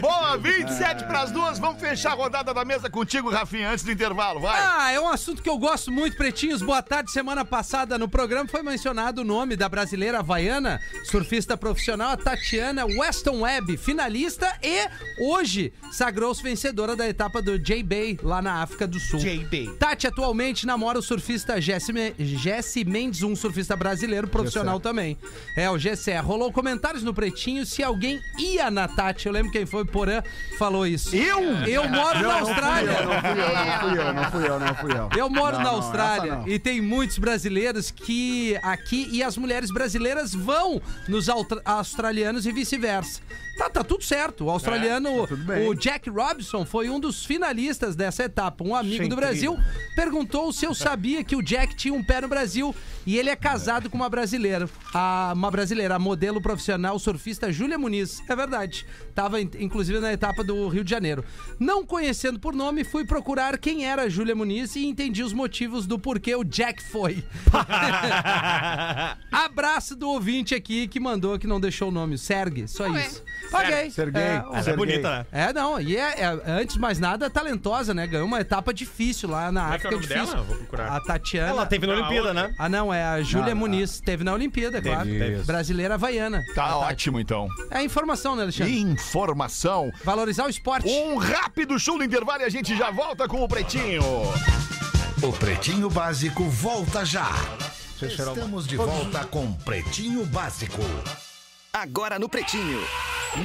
Boa, 27 pras duas. Vamos fechar a rodada da mesa contigo, Rafinha, antes do intervalo. Vai. Ah, é um assunto que eu gosto muito, Pretinhos. Boa tarde. Semana passada no programa foi mencionado o nome da brasileira havaiana, surfista profissional, a Tatiana Weston Webb, finalista e hoje sagrou-se vencedora da etapa do J-Bay lá na África do Sul. J-Bay. Tati atualmente namora o surfista Jesse Me- Jesse Mendes, um surfista brasileiro profissional também. É, o Gessé. Rolou comentários no Pretinho se alguém ia na Tati. Eu lembro quem foi, Porã, falou isso. Eu? Eu moro na Austrália. Não fui eu, não fui eu, não fui eu, não fui eu. Eu moro Não, na não, Austrália essa não. e tem muitos brasileiros que aqui e as mulheres brasileiras vão nos altra- australianos e vice-versa. Tá, tá tudo certo. O australiano, É, tá tudo bem. o Jack Robinson, foi um dos finalistas dessa etapa. Um amigo Achei do Brasil perguntou se eu sabia que o Jack tinha um pé no Brasil e ele é casado com uma brasileira. A- uma brasileira, a modelo profissional surfista Júlia Muniz. É verdade. Tava in- inclusive na etapa do Rio de Janeiro. Não conhecendo por nome, fui procurar quem era a Júlia Muniz e entendi os motivos do porquê o Jack foi. Abraço do ouvinte aqui que mandou que não deixou o nome, o Sergue, só Ué. isso. Ok. Serguei. É, o- Essa é bonita, né? é, não, e é, é, antes de mais nada, talentosa, né? Ganhou uma etapa difícil lá na Como é que África. é o nome difícil. dela? Vou procurar. A Tatiana. [laughs] Ela teve na Olimpíada, né? Ah, não, é a Júlia Não, Muniz. Teve na Olimpíada, claro. teve. Brasileira havaiana. Tá ótimo, então. É a informação, né, Tá. Alexandre? Informação. Valorizar o esporte. Um rápido show do intervalo e a gente já volta com o Pretinho. O Pretinho Básico volta já. Estamos de volta com Pretinho Básico. Agora no Pretinho.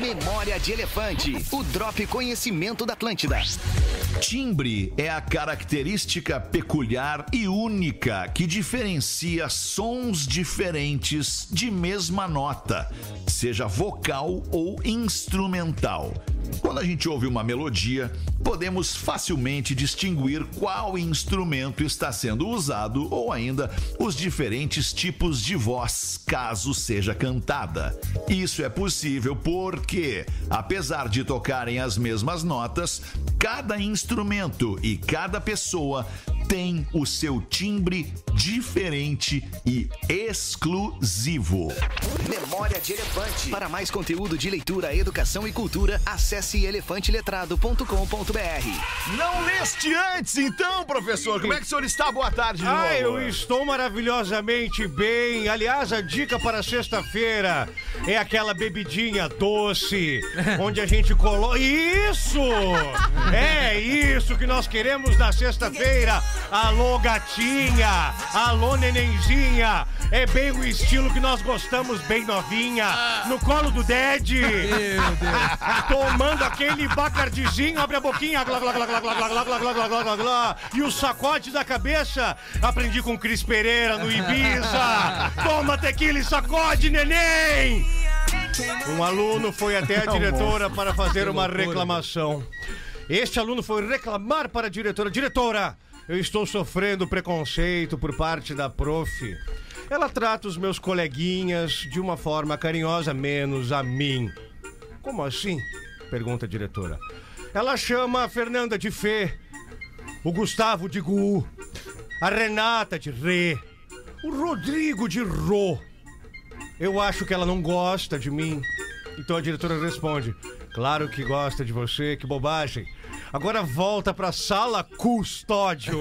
Memória de Elefante. O Drop Conhecimento da Atlântida. Timbre é a característica peculiar e única que diferencia sons diferentes de mesma nota, seja vocal ou instrumental. Quando a gente ouve uma melodia, podemos facilmente distinguir qual instrumento está sendo usado ou ainda os diferentes tipos de voz, caso seja cantada. Isso é possível porque, apesar de tocarem as mesmas notas, cada instrumento e cada pessoa tem o seu timbre diferente e exclusivo. Memória de Elefante. Para mais conteúdo de leitura, educação e cultura, acesse elefanteletrado.com.br. Não leste antes, então, professor. Como é que o senhor está? Boa tarde, de Ah, novo. eu estou maravilhosamente bem. Aliás, a dica para sexta-feira é aquela bebidinha doce, onde a gente coloca. Isso! É isso que nós queremos na sexta-feira. Alô, gatinha! Alô, nenenzinha! É bem o estilo que nós gostamos, bem novinha, no colo do Ded. Tomando aquele bacardizinho, abre a boquinha, glá, glá, glá, glá, glá, glá, glá, glá, glá, glá, glá, glá, glá, e o sacode da cabeça. Aprendi com o Cris Pereira no Ibiza. Toma tequila e sacode, neném! Um aluno foi até a diretora para fazer uma reclamação. Este aluno foi reclamar para a diretora: Diretora, eu estou sofrendo preconceito por parte da prof. Ela trata os meus coleguinhas de uma forma carinhosa, menos a mim. Como assim? Pergunta a diretora. Ela chama a Fernanda de Fê, o Gustavo de Gu, a Renata de Rê, o Rodrigo de Rô. Eu acho que ela não gosta de mim. Então a diretora responde: Claro que gosta de você, que bobagem. Agora volta pra sala [laughs] custódio.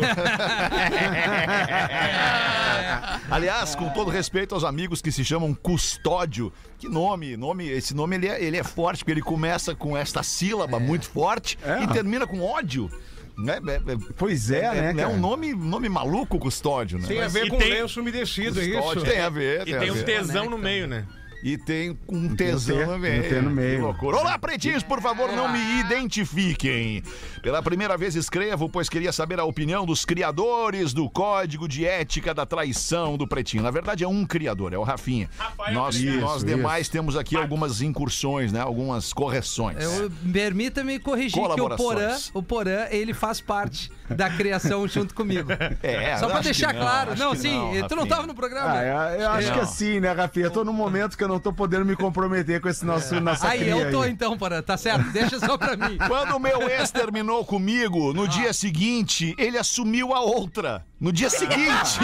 Aliás, com todo respeito aos amigos que se chamam Custódio, que nome, nome, esse nome ele é, ele é forte, porque ele começa com esta É. sílaba muito forte e termina com ódio. Né? É, é- Pois é, né, é cara? um nome, nome maluco, Custódio, né? Tem a ver E com tem- lenço umedecido, é Custódio, isso? Tem a ver, tem, E tem a um ver. tesão no meio, né? E tem um tesão T, também. tem um T no meio. Que loucura. Olá, pretinhos, por favor, não me identifiquem. Pela primeira vez escrevo, pois queria saber a opinião dos criadores do Código de Ética da Traição do Pretinho. Na verdade, é um criador, é o Rafinha. Rafael nós Isso, nós demais temos aqui algumas incursões, né? Algumas correções. Ah. Eu- Permita-me corrigir que o Porã, Colaborações. o Porã, ele faz parte da [laughs] criação junto comigo. É, Só pra acho deixar que não, claro. acho Não, que sim, não, tu não Rafinha. tava no [laughs] programa. Ah, é- eu acho Não. que assim, né, Rafinha? Eu tô num momento que eu não tô podendo me comprometer com esse nosso, nossa Aí, cria eu tô aí. então, Porã, tá certo, deixa só pra [laughs] mim. Quando o meu ex terminou comigo, Ah. no dia seguinte, ele assumiu a outra. No dia seguinte,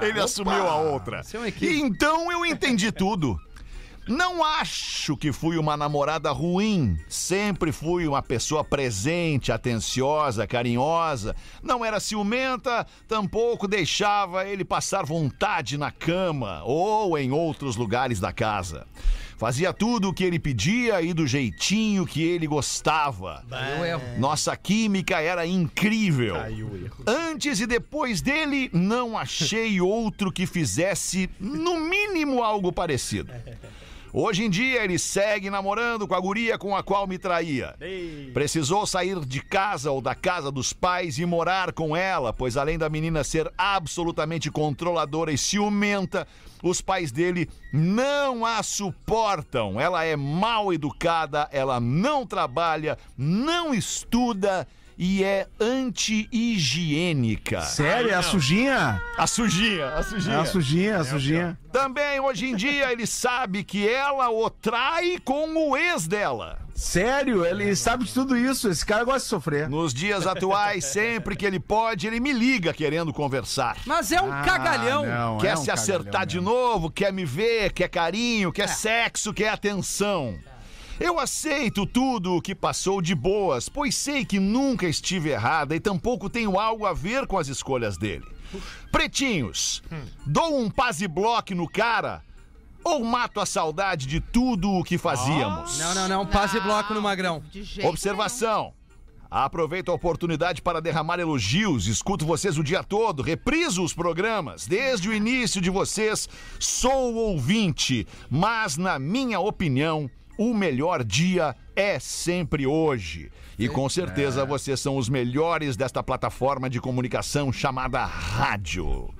ele assumiu a outra. é um equívoco. E então eu entendi tudo. Não acho que fui uma namorada ruim. Sempre fui uma pessoa presente, atenciosa, carinhosa. Não era ciumenta, tampouco deixava ele passar vontade na cama ou em outros lugares da casa. Fazia tudo o que ele pedia e do jeitinho que ele gostava. Eu erro. Nossa química era incrível. Antes e depois dele, não achei outro que fizesse, no mínimo, algo parecido. Hoje em dia, ele segue namorando com a guria com a qual me traía. Precisou sair de casa ou da casa dos pais e morar com ela, pois além da menina ser absolutamente controladora e ciumenta, os pais dele não a suportam. Ela é mal educada, ela não trabalha, não estuda e é anti-higiênica. Sério? É a sujinha? A sujinha, a É sujinha. a sujinha, a sujinha. Também hoje em dia ele sabe que ela o trai com o ex dela. Sério? Ele sabe de tudo isso. Esse cara gosta de sofrer. Nos dias atuais, sempre que ele pode, ele me liga querendo conversar. Mas é um Ah, cagalhão. não, quer é um se acertar cagalhão de mesmo. É. novo, quer me ver, quer carinho, quer sexo, quer atenção. Eu aceito tudo o que passou de boas, pois sei que nunca estive errada e tampouco tenho algo a ver com as escolhas dele. Pretinhos, Hum. dou um paz e bloque no cara ou mato a saudade de tudo o que fazíamos? Não, não, não, passe bloco no Magrão. De jeito Observação. Aproveito a oportunidade para derramar elogios. Escuto vocês o dia todo, repriso os programas. Desde o início de vocês, sou ouvinte. Mas, na minha opinião, o melhor dia é sempre hoje. E com certeza né? vocês são os melhores desta plataforma de comunicação chamada rádio.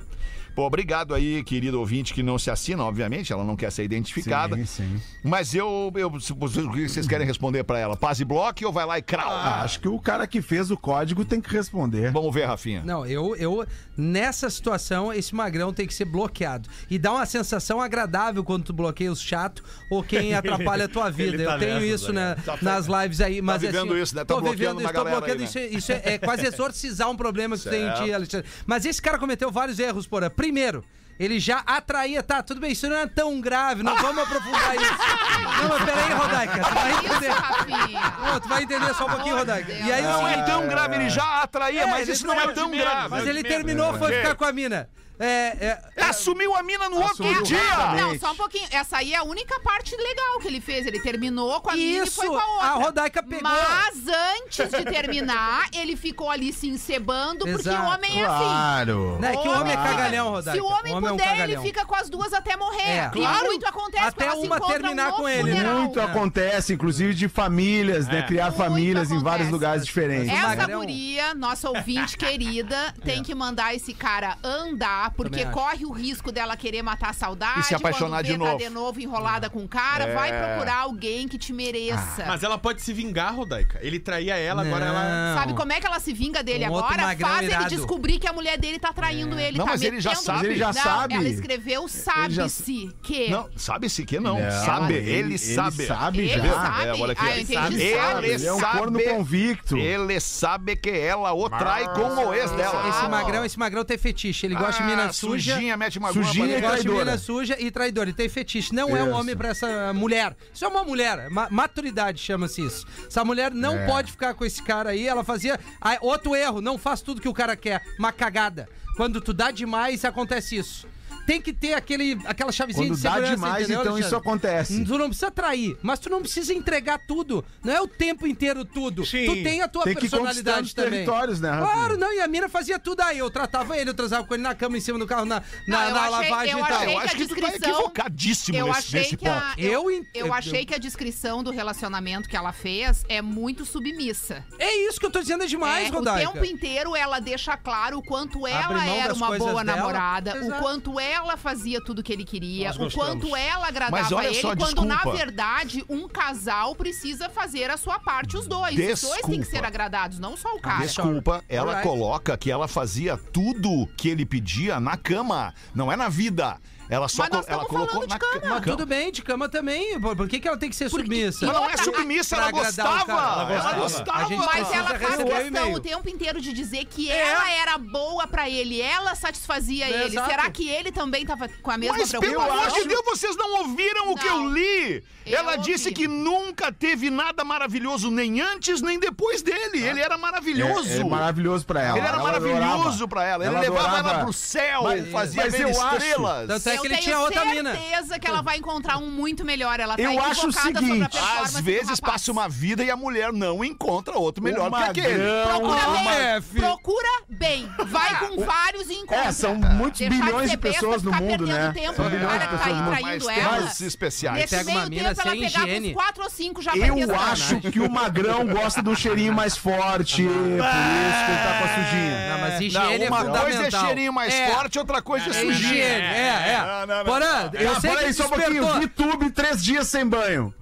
Obrigado aí, querido ouvinte que não se assina, obviamente, ela não quer ser identificada. Sim, sim. Mas eu, eu se vocês- o que vocês querem responder pra ela? Paz e bloco ou vai lá e crau? Ah, acho que o cara que fez o código tem que responder. Vamos ver, Rafinha. Não, eu, eu. Nessa situação, esse magrão tem que ser bloqueado. E dá uma sensação agradável quando tu bloqueia os chato ou [laughs] quem atrapalha a tua vida. Ele tá eu tenho nessas isso né, nas lives aí. Mas vivendo assim, isso, né? Tá tô bloqueando vivendo uma isso, tô galera aí, bloqueando né? isso. Isso é, é quase exorcizar um problema que tu tem em ti, Alexandre. Mas esse cara cometeu vários erros, Porã. Primeiro. Ele já atraía, tá, tudo bem, isso não é tão grave, não vamos aprofundar isso. [laughs] Não, mas peraí, Rodaica, tu vai entender. É Isso, Rafinha. Não, tu vai entender só um pouquinho, Rodaica. E aí, Não o é seguinte- tão grave, ele já atraía, mas ele isso não é traiu tão de medo, grave. Mas ele de medo. terminou, foi Ok. ficar com a mina. É, é, Assumiu a mina no outro Assumiu. dia! Não, só um pouquinho. Essa aí é a única parte legal que ele fez. Ele terminou com a mina e Isso, foi com a outra. a Rodaica pegou. Mas antes de terminar, [laughs] ele ficou ali se encebando, porque Exato. o homem é assim. Claro. né, que o homem é fica- cagalhão, Rodaica. Se o homem, é um puder, ele cagalhão. fica com as duas até morrer. É, E claro. muito acontece Até porque elas se uma encontram terminar no com ele, né? funeral. Muito acontece, inclusive de famílias, né? Criar Muito famílias em vários acontece. lugares diferentes. É. Essa Magrão. guria, nossa [laughs] ouvinte querida, tem que mandar esse cara andar, porque É. Também acho. corre o risco dela querer matar a saudade. E se apaixonar quando vê, de Tá novo. É. de novo enrolada com o cara, vai procurar alguém que te mereça. Ah, Mas ela pode se vingar, Rodaica. Ele traía ela, agora ela. Não. Sabe como é que ela se vinga dele Um outro agora? magrão Faz ele irado. descobrir que a mulher dele tá traindo ele. É. Não, tá mas ele já metendo- sabe. Mas ele já Não, sabe. Ela escreveu sabe-se que. Não, sabe-se que não. sabe, ele, sabe. Ele sabe Ele já. sabe. É, agora aqui, ah, ó. eu entendi, Sabe. sabe. Ele Ele é um sabe. corno convicto. Ele sabe que ela o trai com o ex dela. Esse é Ah, magrão, esse magrão tem fetiche. Ele gosta de mina Ah, suja. Sujinha, mete uma goma Sujinha é Ele pra dentro. gosta de traidora. mina suja e traidor. Ele tem fetiche. Não é um Isso. homem pra essa mulher. Isso é uma mulher. Ma- maturidade chama-se isso. Essa mulher não É. pode ficar com esse cara aí. Ela fazia. Ah, outro erro. Não faz tudo que o cara quer. Uma cagada. Quando tu dá demais, acontece isso. Tem que ter aquele, aquela chavezinha Quando de dá segurança. demais, entendeu, então isso Alexandre? acontece. Tu não precisa trair, mas tu não precisa entregar tudo. Não é o tempo inteiro tudo. Sim. Tu tem a tua Tem que conquistar personalidade os também. territórios, né, Rafinha? Claro, não, e a mina fazia tudo aí. Eu tratava ele, eu transava com ele na cama, em cima do carro, na, Não, na, eu na achei- lavagem eu e tal. achei- Eu acho que a que tu tá descrição- equivocadíssimo Eu nesse, achei nesse que a, ponto. eu, Eu eu, ent- achei que a descrição do relacionamento que ela fez é muito submissa. É isso que eu tô dizendo, é demais, É, o Rodaica. tempo inteiro ela deixa claro o quanto ela mão era das uma coisas boa dela. namorada, o Exato. quanto ela fazia tudo que ele queria, Nós o gostamos. quanto ela agradava Mas olha ele, só, quando na desculpa. verdade um casal precisa fazer a sua parte, os dois. Os dois têm Desculpa. que ser agradados, não só o um cara. Desculpa, ela Alright. coloca que ela fazia tudo que ele pedia na cama, não é na vida. Ela só Mas nós co- ela estamos colocou falando de na ca- cama. na Mas tudo bem, de cama também. Por, por que, que ela tem que ser Porque- submissa? e Mas não é Pra- submissa, ela pra agradar o gostava. cara. Ela gostava. A gente Mas é precisa ela faz receber o questão e-mail. o tempo inteiro de dizer que ela era boa pra ele, ela satisfazia É, ele. exato. Será que ele também tava com a mesma Mas pelo preocupação? amor de Deus, vocês não ouviram o que eu Não. li! Eu Ela disse ouvi. que nunca teve nada maravilhoso, nem antes nem depois dele. Ele era maravilhoso. É, é maravilhoso pra ela. Ele era Ela maravilhoso adorava. É, pra ela. Ele levava adorava. ela pro céu, Mas- fazia mas ver eu acho- estrelas. Tanto é eu que ele tenho tinha outra mina. certeza que ela vai encontrar um muito melhor. Ela tá Eu acho o equivocada sobre a seguinte, performance Às do vezes um rapaz. passa uma vida e a mulher não encontra outro melhor O que aquele. magrão- Procura Uma bem, F. procura bem. Vai com vários e encontra. Ah, É, são muitos Deixar bilhões ser de besta, pessoas no ficar mundo, perdendo né? Tempo, São do bilhões cara de que tá pessoas no aí mundo. Mas traindo tem ela. casos especiais. Nesse Pega uma meio mina tempo, ela sem pegava higiene. uns 4 ou 5 já pra Eu testar. acho que o magrão gosta do cheirinho mais forte, por isso que ele tá com a sujinha. Não, mas Não, higiene é uma fundamental. coisa é cheirinho mais É, forte, outra coisa é É sujinha. higiene, é, é. Não, não, não. Porã, eu Ah, sei que peraí, só um pouquinho. despertou. YouTube, três dias sem banho.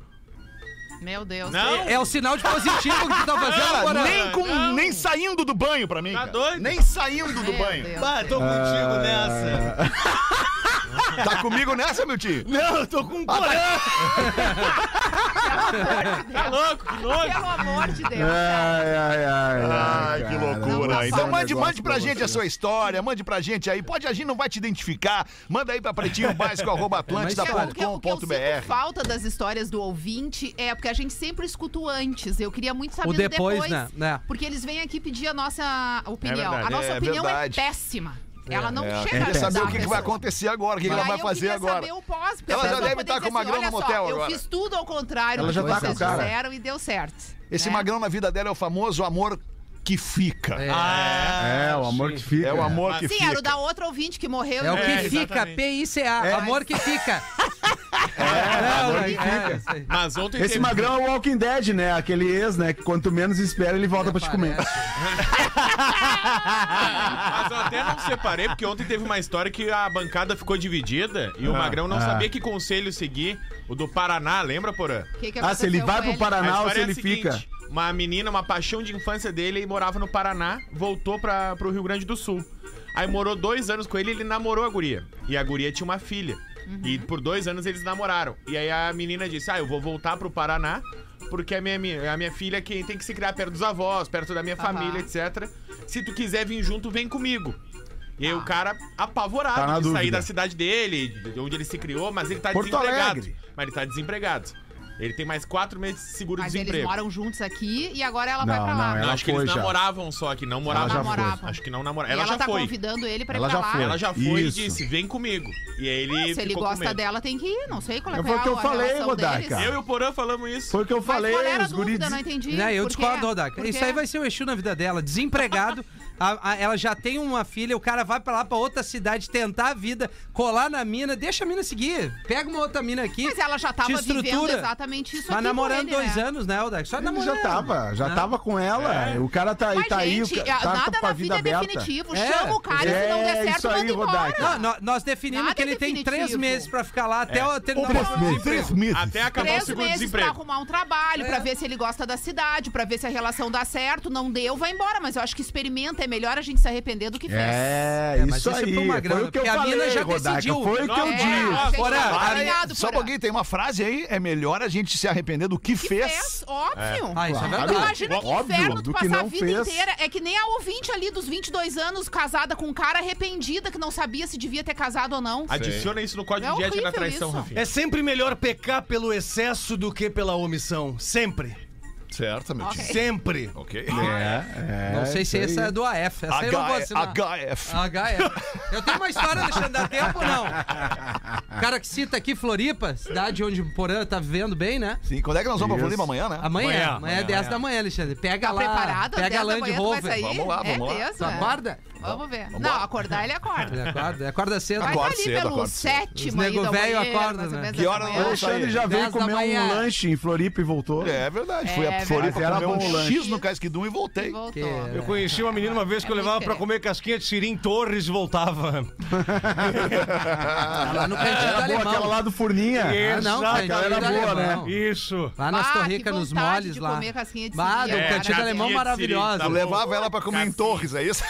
Meu Deus. Não. É o sinal de positivo que tu tá fazendo, Cara, Porã. nem, com- Não. nem saindo do banho pra mim. Tá cara. doido? Nem saindo do Meu banho. Deus. Bah, tô contigo Ah. nessa. Tá comigo nessa, meu tio? Ah, Não, eu tô com um Tá louco, que louco. Pelo amor de Deus. Ai, ai, ai. Ai, que loucura. Não, não, então não. mande, mande pra Negócio gente pra a sua história, mande pra gente aí. Pode, a gente não vai te identificar. Manda aí pra o que eu- o que eu sinto pretinho.básico.atlântida.com.br. falta das histórias do ouvinte é porque a gente sempre escuta o antes. Eu queria muito saber O do depois, né? Né. Porque eles vêm aqui pedir a nossa opinião. verdade, a nossa é opinião verdade. é péssima. Ela não é. chega a Quer saber ajudar o que, a que vai pessoa. acontecer agora, o que, que E ela aí vai eu fazer queria agora. saber o pós, porque Ela a já pessoa deve poder tá dizer com uma assim, grana olha no só, motel Eu agora. fiz tudo ao contrário Ela do já que tá com vocês o cara. fizeram e deu certo. Esse né? magrão na vida dela é o famoso amor que fica. É, Ah, É, o amor que fica. o amor que Sim, é fica. era o da outra ouvinte que morreu. É o que né? É, fica, exatamente. [laughs] P-I-C-A, amor que fica. É, Não, Agora é, isso aí. Mas ontem Esse teve- magrão é o Walking Dead, né? Aquele ex, né? Que quanto menos espera, ele volta pra te comer. Mas eu até não separei, porque ontem teve uma história que a bancada ficou dividida e o Ah. Magrão não sabia que conselho seguir. O do Paraná, lembra, Porã? O que que Ah, se ele aconteceu vai com pro ele? A Paraná ou história se é a ele seguinte, fica. Uma menina, uma paixão de infância dele, e morava no Paraná, voltou para pro Rio Grande do Sul. Aí morou dois anos com ele, ele namorou a guria. E a guria tinha uma filha. Uhum. E por dois anos eles namoraram. E aí a menina disse: Ah, eu vou voltar pro Paraná, porque a minha, mi- a minha filha é quem tem que se criar perto dos avós, perto da minha Aham. família, etc. Se tu quiser vir junto, vem comigo. E aí o cara Tá apavorado na de sair dúvida. da cidade dele, de onde ele se criou, mas ele tá Porto desempregado. Alegre. Mas ele tá desempregado. Ele tem mais quatro meses de seguro Mas eles desemprego. moram juntos aqui e agora ela vai Não, pra não, lá. ela- Não, acho que foi eles já. namoravam só que não moravam. já Namoravam. foi. Acho que não namoravam. E Ela, ela já tá foi. convidando ele pra ir Ela pra já lá. foi. Ela já foi Isso. e disse: vem comigo. E aí ele. Ah, se ele ficou com gosta medo. dela, tem que ir. Não sei qual é, Eu que vou é que eu a falei, relação Rodaica. deles. Eu e o Porã falamos isso. Foi o que eu falei, Mas qual era a os guris. dúvida? Não entendi. Não, Né, eu Por quê? discordo, Rodaica. Por Isso quê? aí vai ser o Exu na vida dela. Desempregado. a- a- ela já tem uma filha, o cara vai pra lá, pra outra cidade, tentar a vida, colar na mina, deixa a mina seguir. Pega uma outra mina aqui. Mas ela já te tava vivendo estrutura. exatamente isso Mas aqui namorando com ele, dois né? anos, né, Rodaica? Só Ele namorando. já tava, já tava com ela. O cara tá, Mas, tá aí, o gente, ca- tá nada com a na vida vida é aberta. definitivo. É. Chama o cara e se não É isso der certo, aí, manda Rodaica. embora. Não, nó- nós definimos Nada que ele é tem três definitivo. meses pra ficar lá É. até o- terminar o Três meses. Três meses. Até acabar Três o segundo meses pra desemprego. arrumar um trabalho, É. pra ver se ele gosta da cidade, pra ver se a relação dá certo. Não deu, vai embora. Mas eu acho que experimenta. É melhor a gente se arrepender do que fez. É, É, mas isso isso é aí. pra uma grana, foi o que eu porque a falei, mina já Rodaica, decidiu. Foi o que eu Nossa, disse. a É, gente Bora, tá Ari- apanhado, Só um Porã. pouquinho, tem uma frase aí. É melhor a gente se arrepender do que que fez. fez, óbvio. Ah, isso é Tu verdade. Imagina que Óbvio, inferno do tu que passar a não vida fez. inteira. É que nem a ouvinte ali dos 22 anos, casada com um cara arrependida, que não sabia se devia ter casado ou não. Adiciona isso no É código de ética horrível da traição, isso. Rafinha. É sempre melhor pecar pelo excesso do que pela omissão. Sempre. Certo, meu Ok. Sempre. Ok. Não sei se essa é do AF. Essa eu não vou HF. assinar. é HF. Ah, Eu tenho uma história, deixando dar tempo ou não? O cara que cita aqui Floripa, cidade onde o Porã tá vivendo bem, né? Sim, quando é que nós vamos pra Floripa amanhã, né? Amanhã, amanhã, Amanhã, é amanhã, 10 amanhã. da manhã, Alexandre. Pega Tá lá, preparado? Às pega a 10 da Land manhã tu vai Rover. sair? Vamos lá, vamos é lá. mesmo, Tu é. acorda? Vamos ver. não, acordar ele Ele acorda. acorda, É. acorda cedo. Vai Acorda ali cedo, pelo acorda cedo. sétimo Os aí nego da velho manhã, acordam, mais ou né? menos Que essa hora manhã. nós O vamos sair? Alexandre já 10 veio da comer um manhã. lanche em Floripa e voltou. É verdade. Fui É a Floripa comer verdade. Era bom um lanche. X no Casquidum e voltei. Voltou. Que- Eu conheci uma menina uma vez que É eu levava muito pra diferente. comer casquinha de siri em Torres e voltava. Tá lá no cantinho do Era É, boa aquela alemão. lá do Forninha. Ah, não, Exato, cara, era do boa, alemão. né? Isso. Lá nas Ah, Torricas, que nos vontade moles de lá. comer casquinha de Bah, do siri, é, cantinho do casquinha alemão de siri, maravilhosa. tá Eu bom. levava ela pra comer em Torres, é isso?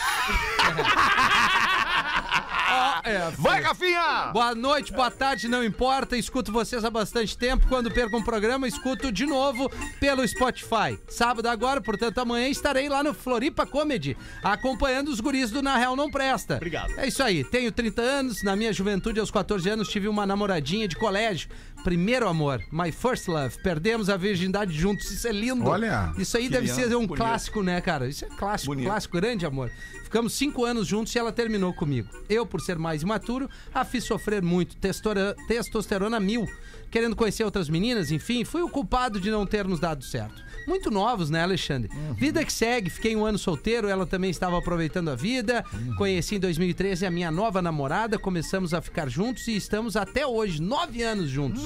Ah, é, Vai, Rafinha! Boa noite, boa tarde, não importa. Escuto vocês há bastante tempo. Quando perco um programa, escuto de novo pelo Spotify. Sábado agora, portanto, amanhã estarei lá no Floripa Comedy, acompanhando os guris do Na Real Não Presta. Obrigado. É isso aí. Tenho 30 anos. Na minha juventude, aos 14 anos, tive uma namoradinha de colégio. Primeiro amor, my first love. Perdemos a virgindade juntos. Isso é lindo. Olha. Isso aí deve ser um clássico, né, cara? Isso é clássico, clássico, grande amor. Ficamos cinco anos juntos e ela terminou comigo. Eu, por ser mais imaturo, a fiz sofrer muito. Testora- Testosterona mil. Querendo conhecer outras meninas, enfim, fui o culpado de não termos dado certo. Muito novos, né, Alexandre? Vida que segue, fiquei um ano solteiro, ela também estava aproveitando a vida. Conheci em 2013 a minha nova namorada, começamos a ficar juntos e estamos até hoje, nove anos juntos.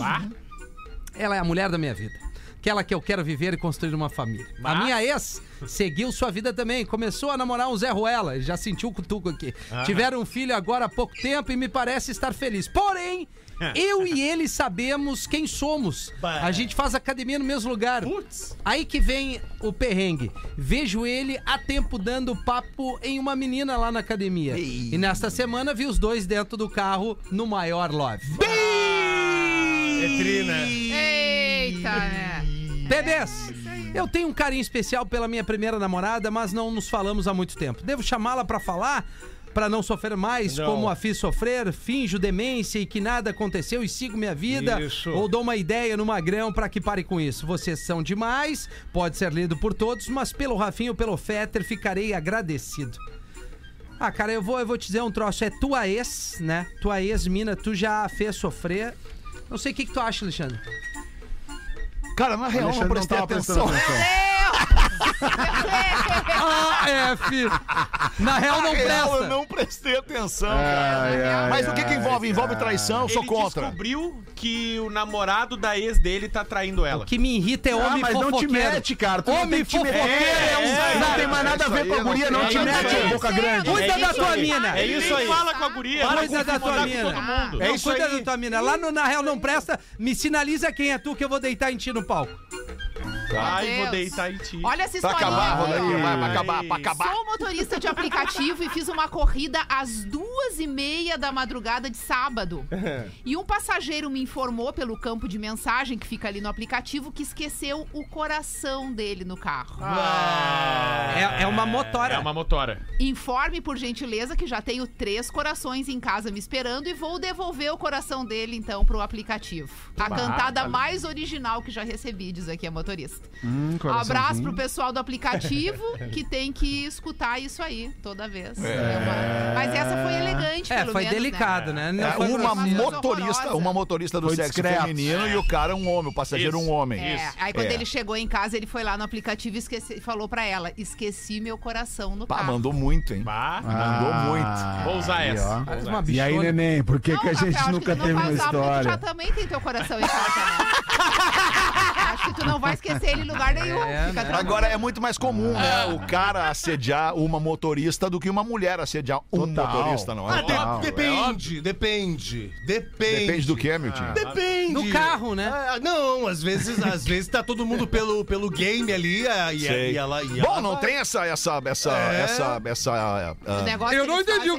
Ela é a mulher da minha vida. Aquela que eu quero viver e construir uma família. A minha ex seguiu sua vida também. Começou a namorar um Zé Ruela. Ele já sentiu o cutuco aqui. Tiveram um filho agora há pouco tempo e me parece estar feliz. Porém, eu e ele sabemos quem somos. A gente faz academia no mesmo lugar. Aí que vem o perrengue. Vejo ele há tempo dando papo em uma menina lá na academia. E nesta semana vi os dois dentro do carro no maior love. É tri, né? Eita, né? É Bebês, eu tenho um carinho especial pela minha primeira namorada, mas não nos falamos há muito tempo. Devo chamá-la pra falar? Pra não sofrer mais, Não. como a fiz sofrer, finjo demência e que nada aconteceu e sigo minha vida. Isso. Ou dou uma ideia no magrão pra que pare com isso. Vocês são demais, pode ser lido por todos, mas pelo Rafinho ou pelo Fetter ficarei agradecido. Ah, cara, eu vou, eu vou te dizer um troço. É tua ex, né? Tua ex, mina, tu já a fez sofrer. Não sei o que, que tu acha, Alexandre. Cara, na real, eu não Alexandre não prestei tava prestando atenção. atenção. AF. Na real, não Na real, presta. Eu não prestei atenção, cara. Mas o que, que envolve? Envolve traição, eu sou ele contra. descobriu que o namorado da ex dele tá traindo ela. O que me irrita é homem Ah, mas fofoqueiro. não te mete, cara. Tu não homem tem que te meter. fofoqueiro. É, é um- Não tem mais é nada a isso ver aí, com a não guria, tem não te nada a mete, ver. ô boca grande. Cuida é da tua mina. É isso aí. fala com a guria. Para Para Coisa com da tua fofocar com mina. todo mundo. Não, É isso cuida aí. da tua mina. Lá no Na Real Não Presta, me sinaliza quem é tu que eu vou deitar em ti no palco. Ai, Deus. vou deitar em ti. Olha essa Pra história. acabar, Rodaica, vai, pra acabar, pra acabar. Sou motorista de aplicativo e fiz uma corrida às duas e meia da madrugada de sábado. E um passageiro me informou pelo campo de mensagem que fica ali no aplicativo que esqueceu o coração dele no carro. É, é uma motora. É uma motora. Informe, por gentileza, que já tenho três corações em casa me esperando e vou devolver o coração dele, então, pro aplicativo. A cantada mais original que já recebi, diz aqui a motorista. Abraço pro pessoal do aplicativo [laughs] que tem que escutar isso aí toda vez. É uma- Mas essa foi elegante, É, pelo foi menos, né? delicado, né? Não É, foi uma grosseiro. mo- motorista, horrorosa. uma motorista do Foi sexo discreto. feminino e o cara um homem, o passageiro Isso. um homem. É, aí quando É. ele chegou em casa, ele foi lá no aplicativo e esquece- falou pra ela: esqueci meu coração no Pá, carro. mandou muito, hein? Bah. Mandou Ah. muito. Vou usar aí, essa. ó. Vou Faz usar uma E aí, bichona. neném, por que, Não, que a Rafael, gente acho que nunca tu não teve vai uma usar, porque Tu já história? também tem teu coração em casa, né? [laughs] acho que tu não vai esquecer ele em lugar nenhum. É, né? Fica tranquilo. Agora é muito mais comum, né? O cara assediar uma motorista do que uma mulher assediar um Total. motorista, não é? Ah, de- Total. depende, depende, depende. Depende do que, Milton. Depende. Do carro, né? Ah, não, às vezes, [laughs] às vezes tá todo mundo pelo, pelo game ali ah, e, Sei. e ela. E Bom, ela não vai- tem essa, essa, essa, É. essa, essa. ah, ah, O negócio que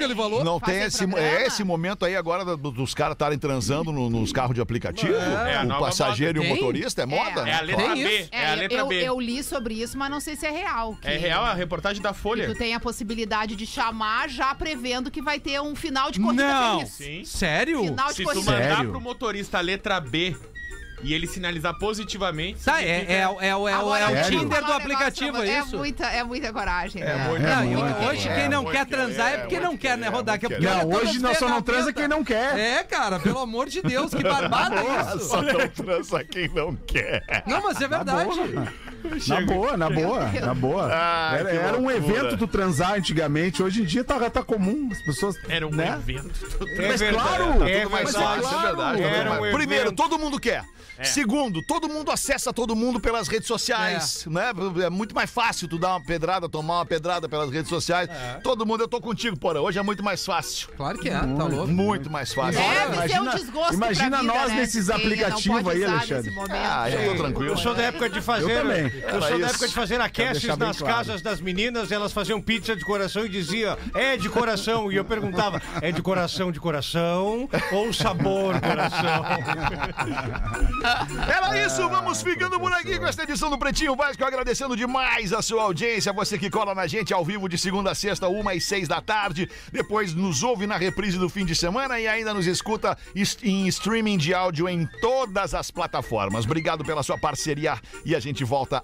eles fazem- Não fazem tem esse, programa. é esse momento aí agora do- dos caras estarem transando no- nos carros de aplicativo. É, a o nova passageiro moda. e o Tem? motorista é moda, né? É a letra Tem B. isso. É a eu- letra eu, B. eu li sobre isso, mas não sei se é real. que- É real a reportagem da que Folha. Tu tem a possibilidade de chamar já prevendo que vai ter um final de corrida Não. feliz. Sim. Sério? Final Se de tu corrida mandar Sério? pro motorista a letra B e ele sinalizar positivamente. Tá, é, é, é, o- é o- é o- é Agora, o eu vou Tinder do falar um negócio aplicativo, pra é você. isso? É muita, é muita coragem. né? Não, e muito hoje querer, quem não muito quer transar é querer, porque muito não quer, né, querer, Rodaca? muito Porque querer. olha é. Não, todas hoje as nós só não transa ferramentas. quem não quer. É, cara, pelo amor de Deus, [laughs] que barbada isso. Só não transa quem não quer. Não, mas é Tá verdade. né? Na boa, na boa, Deus. na boa. Ah, era que era um loucura. evento tu transar antigamente, hoje em dia tá, tá comum, as pessoas. Era um né? evento. Mas verdade. tá claro! É mas Mas verdade. ah, isso é verdade. Era Mas, um Primeiro, evento. todo mundo quer. Segundo, todo mundo acessa todo mundo pelas redes sociais, né? É muito mais fácil tu dar uma pedrada, tomar uma pedrada pelas redes sociais. Todo mundo, eu tô contigo, porra. Hoje é muito mais fácil. Claro que é, tá né? louco. Muito mais fácil. Deve ser um Imagina- desgosto imagina pra vida, nós né? nesses Quem não pode aplicativos aí, usar nesse Alexandre. é momento. Ah, eu tô tranquilo. Eu sou da época de fazer. Eu também. eu sou da época de fazer aqueces deixar bem nas claro. casas das meninas, elas faziam pizza de coração e dizia é de coração. E eu perguntava, é de coração de coração ou sabor coração? Era isso, vamos ficando por aqui com esta edição do Pretinho Básico, agradecendo demais a sua audiência, você que cola na gente ao vivo de segunda a sexta, uma e seis da tarde, depois nos ouve na reprise do fim de semana e ainda nos escuta est- em streaming de áudio em todas as plataformas. Obrigado pela sua parceria e a gente volta